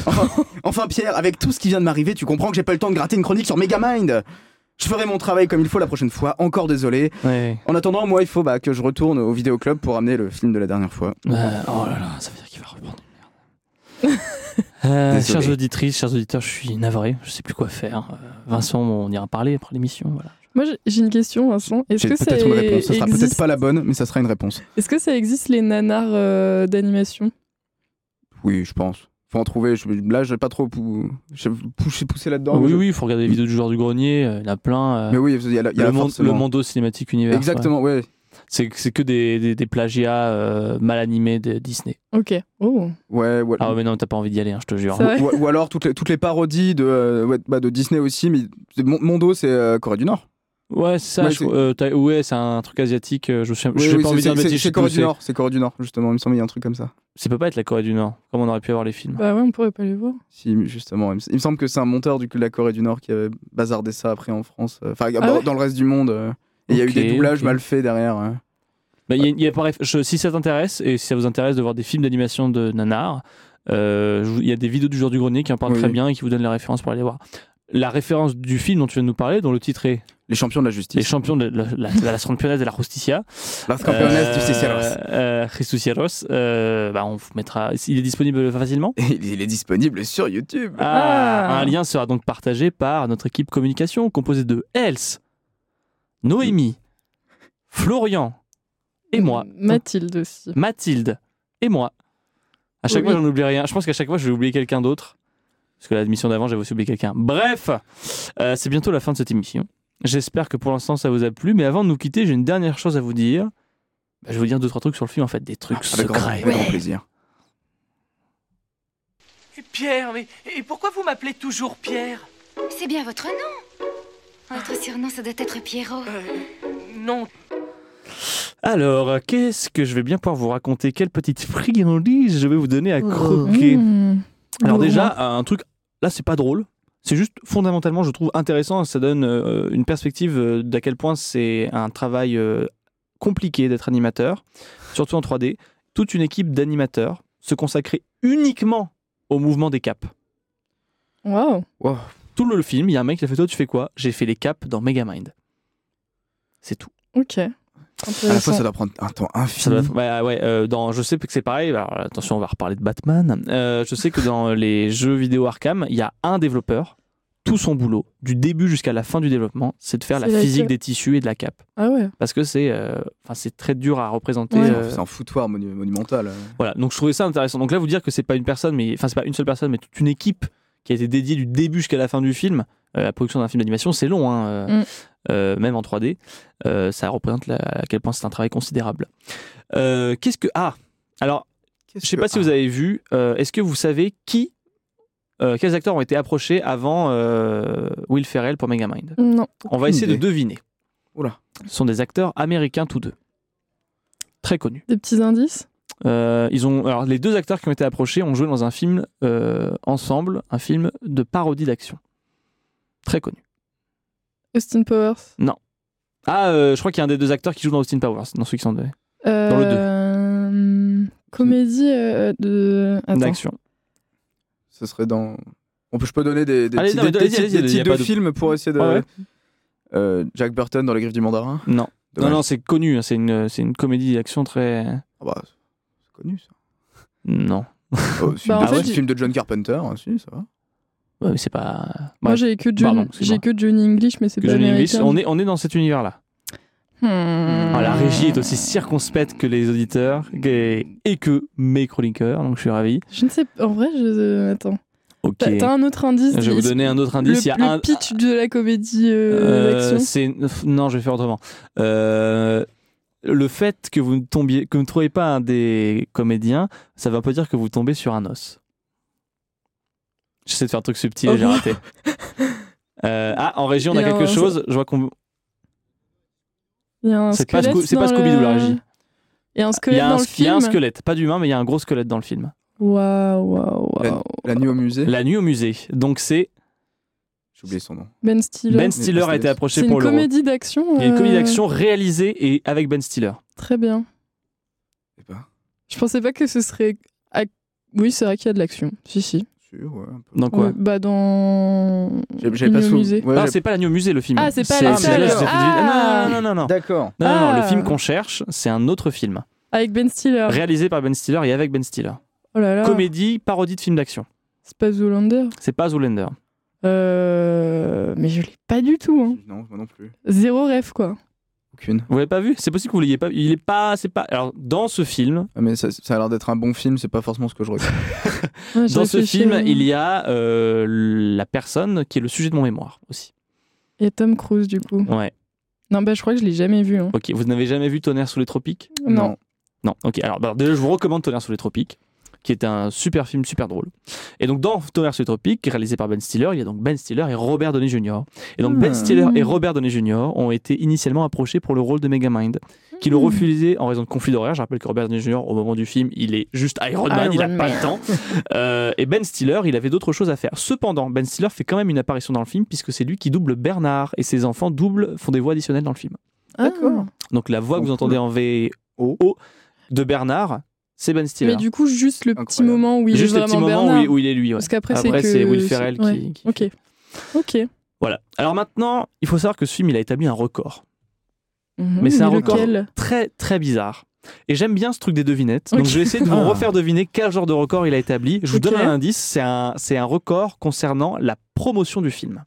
Enfin, enfin, Pierre, avec tout ce qui vient de m'arriver, tu comprends que j'ai pas eu le temps de gratter une chronique sur Megamind. Je ferai mon travail comme il faut la prochaine fois. Encore désolé.
Ouais.
En attendant, moi, il faut bah, que je retourne au vidéoclub pour amener le film de la dernière fois.
Euh, oh là là, ça veut dire qu'il va reprendre. Euh,
Désolé.
chers auditrices, chers auditeurs, je suis navré, je sais plus quoi faire. Euh, Vincent, on ira en parler après l'émission. Voilà.
Moi, j'ai- j'ai une question, Vincent. Est-ce
J'ai
que ça
peut-être une réponse. Ce sera peut-être
existe
pas la bonne, mais ça sera une réponse.
Est-ce que ça existe les nanars euh, d'animation
Oui, je pense. Faut en trouver. Je- là, je vais pas trop pou- je vais pousser, pousser là-dedans. mais
oui,
je-
oui, il faut regarder les vidéos du joueur du grenier, euh, il y en a plein. euh,
Mais oui, il y a, la- il y a
le,
la
monde,
forcément.
le Mondo Cinématique Univers.
Exactement, ouais.
ouais. C'est c'est que des, des, des plagiats euh, mal animés de Disney.
Ok. Oh.
Ouais, ouais.
Ah ouais, mais non, t'as pas envie d'y aller, hein, je te jure.
Ça va.
Ou, ou alors toutes les, toutes les parodies de, euh, ouais, bah, de Disney aussi, mais c'est- Mon- Mondo, c'est euh, Corée du Nord.
Ouais, c'est ça.
Ouais,
je
c'est-
crois- euh, t'as- ouais, c'est un truc asiatique. euh, Je sais, j'ai
Oui,
pas
oui,
envie de
c'est-
dire de
c'est-
bêtises, je
C'est
sais
Corée
plus
du
où
Nord, c'est Corée du Nord, justement. Il me semble qu'il y a un truc comme ça.
c'est. Ça peut pas être la Corée du Nord, comme on aurait pu avoir les films.
Bah ouais, on pourrait pas les voir.
Si, justement. Il me, il me semble que c'est un monteur du, de la Corée du Nord qui avait bazardé ça après en France. euh, Enfin, dans,
Ah ouais
dans le reste du monde. euh, et il y a eu
Ok,
des doublages
ok.
mal faits derrière. euh.
Bah, il y a- il y a pareil, je- si ça t'intéresse et si ça vous intéresse de voir des films d'animation de nanar, euh, je vous- il y a des vidéos du jour du grenier qui en parlent
Oui.
très bien et qui vous donnent les références pour aller les voir. La référence du film dont tu viens de nous parler, dont le titre est
Les champions de la
Les
justice.
champions de la, la, la, la Championnat de la Justicia.
Las campeones du Cicéros.
Euh, euh, Justiceros, euh, bah, on vous mettra. Il est disponible facilement.
Et Il il est disponible sur YouTube.
Ah,
Ah.
Euh, Un lien sera donc partagé par notre équipe communication composée de Else, Noémie, Florian et moi.
Mathilde aussi.
Mathilde et moi. À chaque
Oui.
fois, j'en oublie rien. Je pense qu'à chaque fois, je vais oublier quelqu'un d'autre. Parce que la mission d'avant, j'avais aussi oublié quelqu'un. Bref, euh, c'est bientôt la fin de cette émission. J'espère que pour l'instant, ça vous a plu. Mais avant de nous quitter, j'ai une dernière chose à vous dire. Bah, je vais vous dire deux, trois trucs sur le film, en fait. Des trucs
Ah, Avec grand,
secrets.
avec grand plaisir.
Pierre, mais et pourquoi vous m'appelez toujours Pierre
C'est bien votre nom. Votre surnom, ça doit être Pierrot.
Non,
Alors, euh, qu'est-ce que je vais bien pouvoir vous raconter Quelle petite friandise je vais vous donner à croquer
Mmh.
Alors
Gourmand.
déjà, un truc... Là, c'est pas drôle. C'est juste fondamentalement, je trouve intéressant. Ça donne euh, une perspective euh, d'à quel point c'est un travail euh, compliqué d'être animateur, surtout en 3D. Toute une équipe d'animateurs se consacrait uniquement au mouvement des capes.
Waouh.
Tout le, le film, il y a un mec qui a fait Toi, tu fais quoi J'ai fait les capes dans Megamind. C'est tout.
Ok.
À la fois,
Intéressant.
ça doit prendre un temps
Ça
Mmh.
doit-
infini.
ouais, ouais, euh, dans, je sais que c'est pareil. bah, alors, attention, on va reparler de Batman. Euh, je sais que dans les jeux vidéo Arkham, il y a un développeur. Tout son boulot, du début jusqu'à la fin du développement, c'est de faire la
C'est la
physique
cape.
des tissus et de la cape.
Ah ouais.
Parce que c'est euh, enfin, c'est très dur à représenter.
Ouais.
euh,
C'est un foutoir monu- monumental.
voilà, donc je trouvais ça intéressant. Donc là, vous dire que c'est pas une personne, mais enfin c'est pas une seule personne, mais toute une équipe qui a été dédiée du début jusqu'à la fin du film. Euh, la production d'un film d'animation, c'est long, hein, euh,
Mm.
euh, même en 3D. Euh, ça représente la- à quel point c'est un travail considérable. Euh, Qu'est-ce que ah alors je sais pas si vous
ah.
avez vu. euh, Est-ce que vous savez qui euh, quels acteurs ont été approchés avant euh, Will Ferrell pour Megamind
Non.
On va essayer de
idée.
deviner.
Oula.
Ce sont des acteurs américains tous deux, très connus.
Des petits indices.
Euh, ils ont, alors, les deux acteurs qui ont été approchés ont joué dans un film euh, ensemble, un film de parodie d'action. Très connu.
Austin Powers.
Ah, euh, je crois qu'il y a un des deux acteurs qui joue dans Austin Powers, dans ceux qui sont de- le deux.
Euh, Comédie euh, de. Attends.
d'action.
Ce serait dans. On peut, je peux donner des, des
Allez,
petits-
non, mais
des-
allez-y,
des petits-
allez-y,
des
y a
titres
pas
de
de-
films pour essayer de.
Ouais, ouais.
Euh, Jack Burton dans Les Griffes du Mandarin.
Non.
Dommage.
Non, non, c'est connu. hein, C'est une, c'est une comédie d'action très.
Ah bah, c'est connu ça.
Non.
Oh, c'est
Bah,
en
un
fait,
petit
il-
film de John Carpenter, hein, si, ça va.
Ouais, mais c'est pas.
Moi
Bref,
j'ai que
Pardon,
John,
c'est
j'ai
moi.
que Johnny English, mais c'est
que
pas
Johnny English,
américain.
on est, on est dans cet univers-là.
Hmm.
Ah, la régie est aussi circonspecte que les auditeurs et, et que mes chroniqueurs, donc je suis ravi.
Je ne sais pas. En vrai, je. euh, Attends.
Ok.
T'as t'as un autre indice
Je vais vous donner un autre
Le,
indice. il y a
le
un,
pitch de la comédie euh,
Euh,
d'action.
c'est non, je vais faire autrement. Euh, le fait que vous ne tombiez, que vous ne trouviez pas un des comédiens, ça va pas dire que vous tombez sur un os. J'essaie de faire un truc subtil
Oh.
et j'ai raté. Euh, ah, en régie, on a
Il y a
quelque
un-
chose. Je vois qu'on.
Il y a un
c'est pas
squelette
Scoo- c'est pas
dans
Scooby-Doo, la
le-
régie. Ah,
Il y
Il
a un
y
squelette
a un,
dans le
il y a un
film.
squelette, pas d'humain, mais il y a un gros squelette dans le film.
Waouh, waouh,
Ben-
waouh.
La nuit au musée.
Bah, La nuit au musée. Donc c'est
J'ai oublié son nom.
Ben Stiller.
Ben Stiller a été
c'est
approché
une
pour le.
comédie d'action.
Il y a une comédie
euh,
d'action réalisée et avec Ben Stiller.
Très bien.
Je sais pas.
Je pensais pas que ce serait. ac- Oui, c'est vrai qu'il y a de l'action. Si, si.
Sûr, ouais, un peu.
Dans quoi
Ouais, Bah, dans.
J'ai- J'avais pas
Nuit au
sou-
musée.
Ouais,
Ah,
j'ai-
c'est pas la nuit au musée le film.
Ah, c'est pas la
mais
salle.
là, je vous ai fait
Ah.
deviner. Non, non, non, non.
D'accord.
Non, non, non, le
Ah.
film qu'on cherche, c'est un autre film.
Avec Ben Stiller.
Réalisé par Ben Stiller et avec Ben Stiller.
Oh là là.
Comédie, parodie de film d'action.
C'est pas Zoolander.
C'est pas Zoolander.
Euh, Mais je l'ai pas du tout. hein.
Non, moi non plus.
Zéro rêve, quoi.
Aucune.
Vous l'avez pas vu C'est possible que vous l'ayez pas vu. Il est pas. C'est pas. Alors, dans ce film,
Ah, Mais ça, ça a l'air d'être un bon film, c'est pas forcément ce que je regarde.
Ouais, je
dans ce
réfléchis,
film,
euh,
il y a euh, la personne qui est le sujet de mon mémoire aussi.
Et Tom Cruise, du coup.
Ouais.
Non, bah, je crois que je l'ai jamais vu. hein.
Ok. Vous n'avez jamais vu Tonnerre sous les tropiques
Non.
Non. Ok. Alors, bah, déjà, je vous recommande Tonnerre sous les tropiques, qui est un super film, super drôle. Et donc, dans Tonnerre sous les tropiques, réalisé par Ben Stiller, il y a donc Ben Stiller et Robert Downey Jr. Et donc, Ben
Hmm.
Stiller et Robert Downey Jr. ont été initialement approchés pour le rôle de Megamind, qui l'ont
Hmm.
refusé en raison de conflits d'horaire. Je rappelle que Robert Downey Jr. au moment du film, il est juste Iron Man,
Iron
il n'a pas
Man.
le temps. Euh, et Ben Stiller, il avait d'autres choses à faire. Cependant, Ben Stiller fait quand même une apparition dans le film puisque c'est lui qui double Bernard et ses enfants doublent font des voix additionnelles dans le film.
Ah.
D'accord.
Donc la voix que
Oh,
vous entendez en VO de Bernard, c'est Ben Stiller.
Mais du coup, juste le petit
Incroyable.
moment où il
Juste
est
le petit
vraiment
moment où
Bernard.
il, où il est lui. ouais.
Parce qu'après, c'est
Après,
que-
c'est Will Ferrell qui-
ouais.
qui.
Ok. Ok.
Voilà. Alors maintenant, il faut savoir que ce film, il a établi un record.
Mhm.
Mais c'est un record.
lequel
Très, très bizarre. Et j'aime bien ce truc des devinettes. Donc
Ok.
je vais essayer de vous
Ah.
refaire deviner quel genre de record il a établi. Je vous
Ok.
donne un indice. C'est un, c'est un record concernant la promotion du film.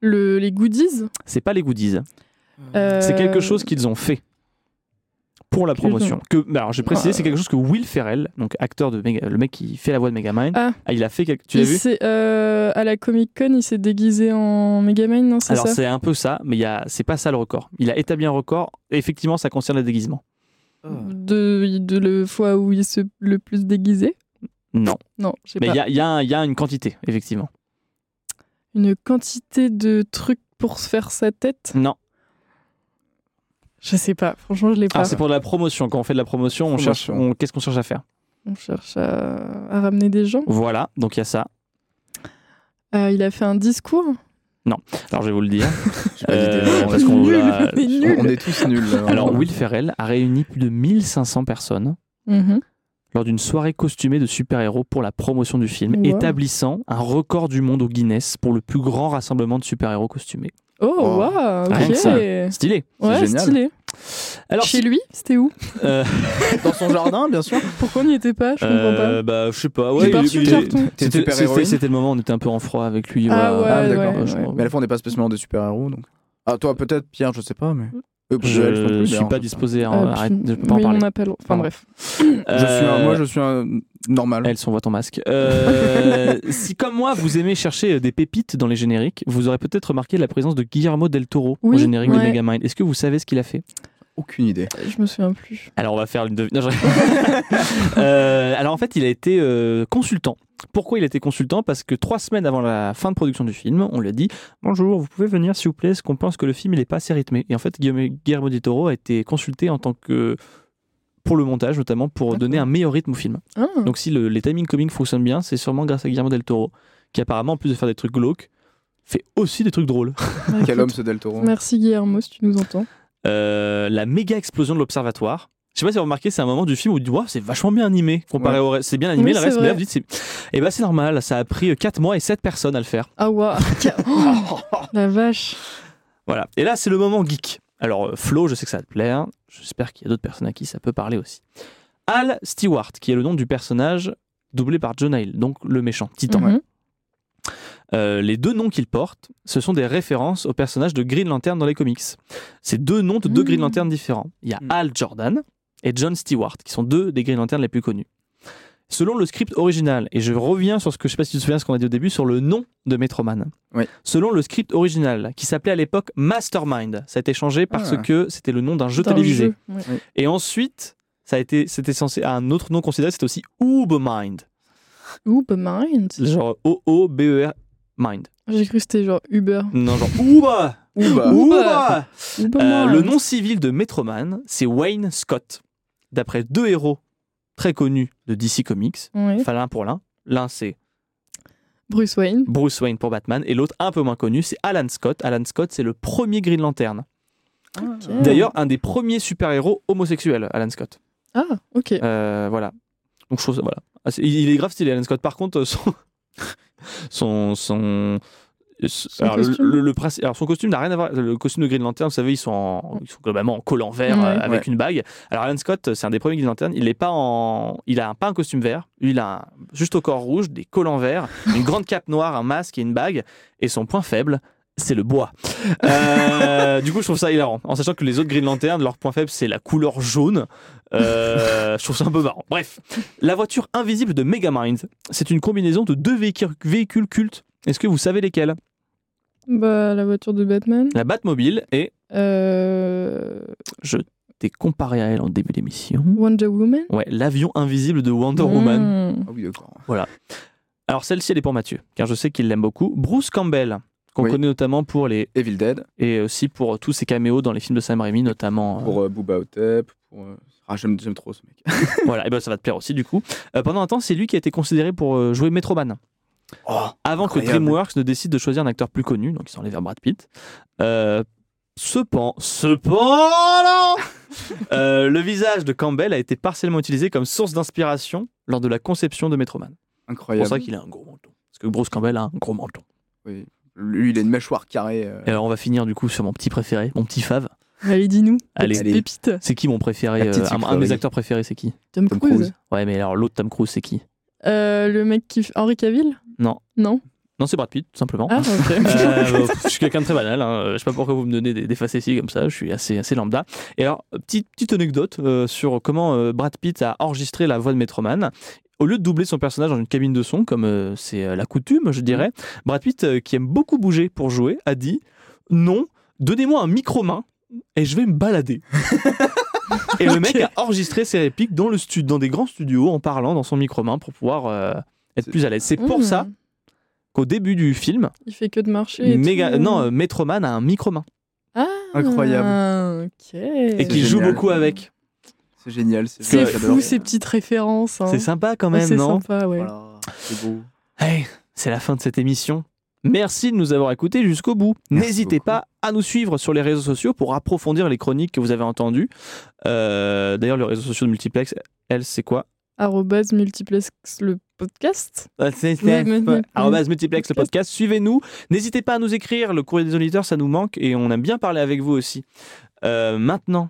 Le- les goodies.
C'est pas les goodies.
euh,
C'est quelque chose qu'ils ont fait pour la
Qu'ils ont-
promotion. Que, bah, alors j'ai précisé,
Euh.
c'est quelque chose que Will Ferrell, donc acteur de Mega- le mec qui fait la voix de Megamind,
Ah.
il a fait. quelque- Tu l'as
il
vu
s'est, euh, à la Comic Con, il s'est déguisé en Megaman, non C'est
Alors
ça
c'est un peu ça, mais il y a- c'est pas ça le record. Il a établi un record. Et effectivement, ça concerne le déguisement.
de, de la fois où il se le plus déguisé
Non,
Non, je sais
mais
pas.
il y a, il y a un- il y a une quantité, effectivement.
Une quantité de trucs pour se faire sa tête
Non,
Je sais pas. Franchement, je l'ai pas.
Alors, c'est pour de la promotion. Quand on fait de la promotion, on cherche.
Promotion.
on- Qu'est-ce qu'on cherche à faire
On cherche à, à ramener des gens.
Voilà, donc il y a ça.
Euh, il a fait un discours.
Alors je vais vous le dire.
J'ai pas d'idée,
Euh,
vraiment.
parce qu'on
Nul,
l'a-
mais nul.
On est tous nuls. là,
Alors
vraiment.
Will Ferrell a réuni plus de 1500 personnes
Mhm.
lors d'une soirée costumée de super-héros pour la promotion du film,
Wow.
établissant un record du monde au Guinness pour le plus grand rassemblement de super-héros costumés.
Oh,
Oh.
waouh,
Rien que
ok.
Ah, ça. Stylé.
Ouais,
génial.
stylé.
Alors
Chez lui, c'était où
euh,
dans son jardin, bien sûr.
Pourquoi on n'y était pas Je comprends pas.
euh, bah je sais pas.
J'ai
Ouais,
J'ai pas
il-
reçu le
il-
carton.
T'es une
c'était,
super-héroïne
c'était- c'était le moment, on était un peu en froid avec lui.
Ah
voilà.
Ah,
ouais,
d'accord.
ouais,
je-
ouais.
Mais à la fois, on n'est pas spécialement des super-héros, donc. Ah, toi, peut-être, Pierre, je sais pas, mais. Euh, Joël, non plus,
Je, je suis
d'ailleurs,
pas
je sais
disposé à en,
Ah,
arrête,
puis-
je peux pas en
mais
parler.
on appelle. Enfin
Pardon.
bref.
pas. Je suis un- moi,
Euh,
je suis un normal.
Elle s'envoie ton masque. Euh, si, comme moi, vous aimez chercher euh, des pépites dans les génériques, vous aurez peut-être remarqué la présence de Guillermo del Toro au
Oui,
générique de
ouais.
Megamind. Est-ce que vous savez ce qu'il a fait
Aucune idée.
Je me souviens plus.
Alors, on va faire une devine. non, je- Euh, alors, en fait, il a été euh, consultant. Pourquoi il a été consultant Parce que trois semaines avant la fin de production du film, on lui a dit Bonjour, vous pouvez venir s'il vous plaît, parce qu'on pense que le film il est pas assez rythmé. Et en fait, Guillaume- Guillermo del Toro a été consulté en tant que. pour le montage, notamment, pour
D'accord.
donner un meilleur rythme au film.
Ah,
Donc si le- les timings comiques fonctionnent bien, c'est sûrement grâce à Guillermo del Toro, qui apparemment, en plus de faire des trucs glauques, fait aussi des trucs drôles.
bah,
Quel
écoute,
homme, ce Del Toro.
Merci Guillermo si tu nous entends.
Euh, la méga explosion de l'observatoire. Je sais pas si vous remarquez, c'est un moment du film où vous dites, Waouh, c'est vachement bien animé, comparé au reste. C'est bien animé,
Oui,
le
c'est
reste, mais là,
vrai.
vous dites, c'est... Eh ben, c'est normal, ça a pris 4 mois et 7 personnes à le faire.
Ah waouh. Oh, la vache.
Voilà. Et là, c'est le moment geek. Alors, euh, Flo, je sais que ça va te plaire. J'espère qu'il y a d'autres personnes à qui ça peut parler aussi. Al Stewart, qui est le nom du personnage doublé par John Hill, donc le méchant, Titan.
Mhm.
Euh, les deux noms qu'il porte, ce sont des références aux personnages de Green Lantern dans les comics. C'est deux noms de deux
Mm.
Green Lantern différents. Il y a
Mm.
Al Jordan et John Stewart, qui sont deux des Green Lantern les plus connus. Selon le script original, et je reviens sur ce que je sais pas si tu te souviens ce qu'on a dit au début sur le nom de Metroman.
Oui.
Selon le script original, qui s'appelait à l'époque Mastermind, ça a été changé parce
Ah.
que c'était le nom d'un jeu
Dans le
télévisé.
jeu, ouais.
Et ensuite, ça a été, c'était censé à un autre nom considéré, c'était aussi Ubermind,
Uber Mind.
genre O O B E R Mind.
J'ai cru que c'était genre Uber.
Non, genre Uber.
Ouh, bah.
Ouh.
Ouh,
Ouh,
bah.
Uber
Euh,
Mind.
Le nom civil de Metroman, c'est Wayne Scott. D'après deux héros très connus de DC Comics,
Ouais.
enfin l'un pour l'un, l'un c'est
Bruce Wayne.
Bruce Wayne pour Batman et l'autre un peu moins connu, c'est Alan Scott. Alan Scott, c'est le premier Green Lantern.
Mm.
D'ailleurs, un des premiers super-héros homosexuels, Alan Scott.
Ah, ok.
Euh, voilà. Donc je trouve ça, voilà. Ah, c'est- Il il est grave stylé, Alan Scott. Par contre, son. son. son
Son
alors, le-
costume.
le- le principe- alors, son costume n'a rien à voir. Le costume de Green Lantern, vous savez, ils sont, en- ils sont globalement en collant vert
Ouais.
euh, avec
Ouais.
une bague. Alors Alan Scott, c'est un des premiers Green Lantern. Il est pas en, il a un, pas un costume vert. Lui, il a un- juste au corps rouge, des collants verts, une grande cape noire, un masque et une bague. Et son point faible, c'est le bois. Euh, du coup, je trouve ça hilarant. En sachant que les autres Green Lantern, leur point faible, c'est la couleur jaune. Euh, je trouve ça un peu marrant. Bref, la voiture invisible de Megamind, c'est une combinaison de deux véhicules, véhicules cultes. Est-ce que vous savez lesquels
Bah, la voiture de Batman.
La Batmobile et
Euh,
t'es comparé à elle en début d'émission.
Wonder Woman.
Ouais, l'avion invisible de Wonder Woman.
Hmm.
Ah oui, d'accord.
Alors celle-ci, elle est pour Mathieu, car je sais qu'il l'aime beaucoup. Bruce Campbell, qu'on
Oui.
connaît notamment pour les
Evil Dead,
et aussi pour tous ses caméos dans les films de Sam Raimi, notamment. euh,
pour euh, Booba Otep, pour. euh, Ah, j'aime j'aime trop ce mec.
voilà, et ben ça va te plaire aussi du coup. Euh, pendant un temps, c'est lui qui a été considéré pour euh, jouer Metroman. avant que
incroyable.
DreamWorks ne décide de choisir un acteur plus connu, donc ils sont allés vers Brad Pitt. Euh, Cependant, cependant, euh, le visage de Campbell a été partiellement utilisé comme source d'inspiration lors de la conception de Metroman. C'est
Incroyable.
pour ça qu'il a un gros menton. Parce que Bruce Campbell a un gros menton.
Lui, il a une mâchoire carrée. euh,
Et alors on va finir du coup sur mon petit préféré, mon petit fave.
Allez, dis-nous. la
Allez.
petite
Allez.
Pépite.
C'est qui mon préféré
La petite
euh, un, un de
sucrerie.
mes acteurs préférés, c'est qui
Tom,
Tom
Cruise.
Cruise.
Ouais, mais alors l'autre Tom Cruise, c'est qui
Euh, le mec qui. fait- Henri Cavill
Non.
Non
Non, c'est Brad Pitt, tout simplement.
Ah, ok.
Euh, bah, pff, je suis quelqu'un de très banal. hein. Euh, Je sais pas pourquoi vous me donnez des, des facéties comme ça. Je suis assez, assez lambda. Et alors, petite, petite anecdote euh, sur comment euh, Brad Pitt a enregistré la voix de Metroman. Au lieu de doubler son personnage dans une cabine de son, comme euh, c'est euh, la coutume, je dirais, Brad Pitt, euh, qui aime beaucoup bouger pour jouer, a dit Non, donnez-moi un micro-main et je vais me balader. et le mec a enregistré ses répliques dans, le stu- dans des grands studios en parlant dans son micro-main pour pouvoir euh, être plus à l'aise. C'est pour
Hmm.
ça qu'au début du film,
Il fait que de marcher. et
Méga...
tout.
Non, euh, Metroman a un micro-main
Incroyable.
Ah, ok.
et qui
génial.
joue beaucoup avec.
C'est génial.
C'est
génial, j'adore.
fou ces petites références. hein.
C'est sympa quand
Ouais,
même,
C'est
non
sympa, ouais.
Voilà, c'est beau.
Hey, C'est la fin de cette émission. Merci de nous avoir écoutés jusqu'au bout.
Merci
N'hésitez
beaucoup.
pas à nous suivre sur les réseaux sociaux pour approfondir les chroniques que vous avez entendues. Euh, D'ailleurs, les réseaux sociaux de Multiplex, elle, c'est quoi
Arrobase multiplex le podcast.
Ah, c'est-
Oui, oui, oui.
Arrobase multiplex le podcast. Suivez-nous. N'hésitez pas à nous écrire. Le courrier des auditeurs, ça nous manque et on aime bien parler avec vous aussi. Euh, maintenant,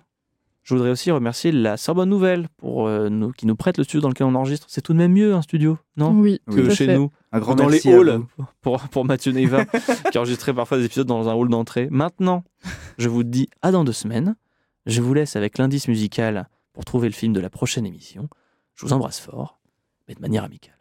je voudrais aussi remercier la Sorbonne Nouvelle pour, euh, nous, qui nous prête le studio dans lequel on enregistre. C'est tout de même mieux un studio, non
Oui,
Oui.
tout
Que
à
chez
fait.
nous,
Un grand
dans
merci
les
à
halls,
vous.
pour, pour Mathieu Neiva, qui enregistrait parfois des épisodes dans un hall d'entrée. Maintenant, je vous dis à dans deux semaines. Je vous laisse avec l'indice musical pour trouver le film de la prochaine émission. Je vous embrasse fort, mais de manière amicale.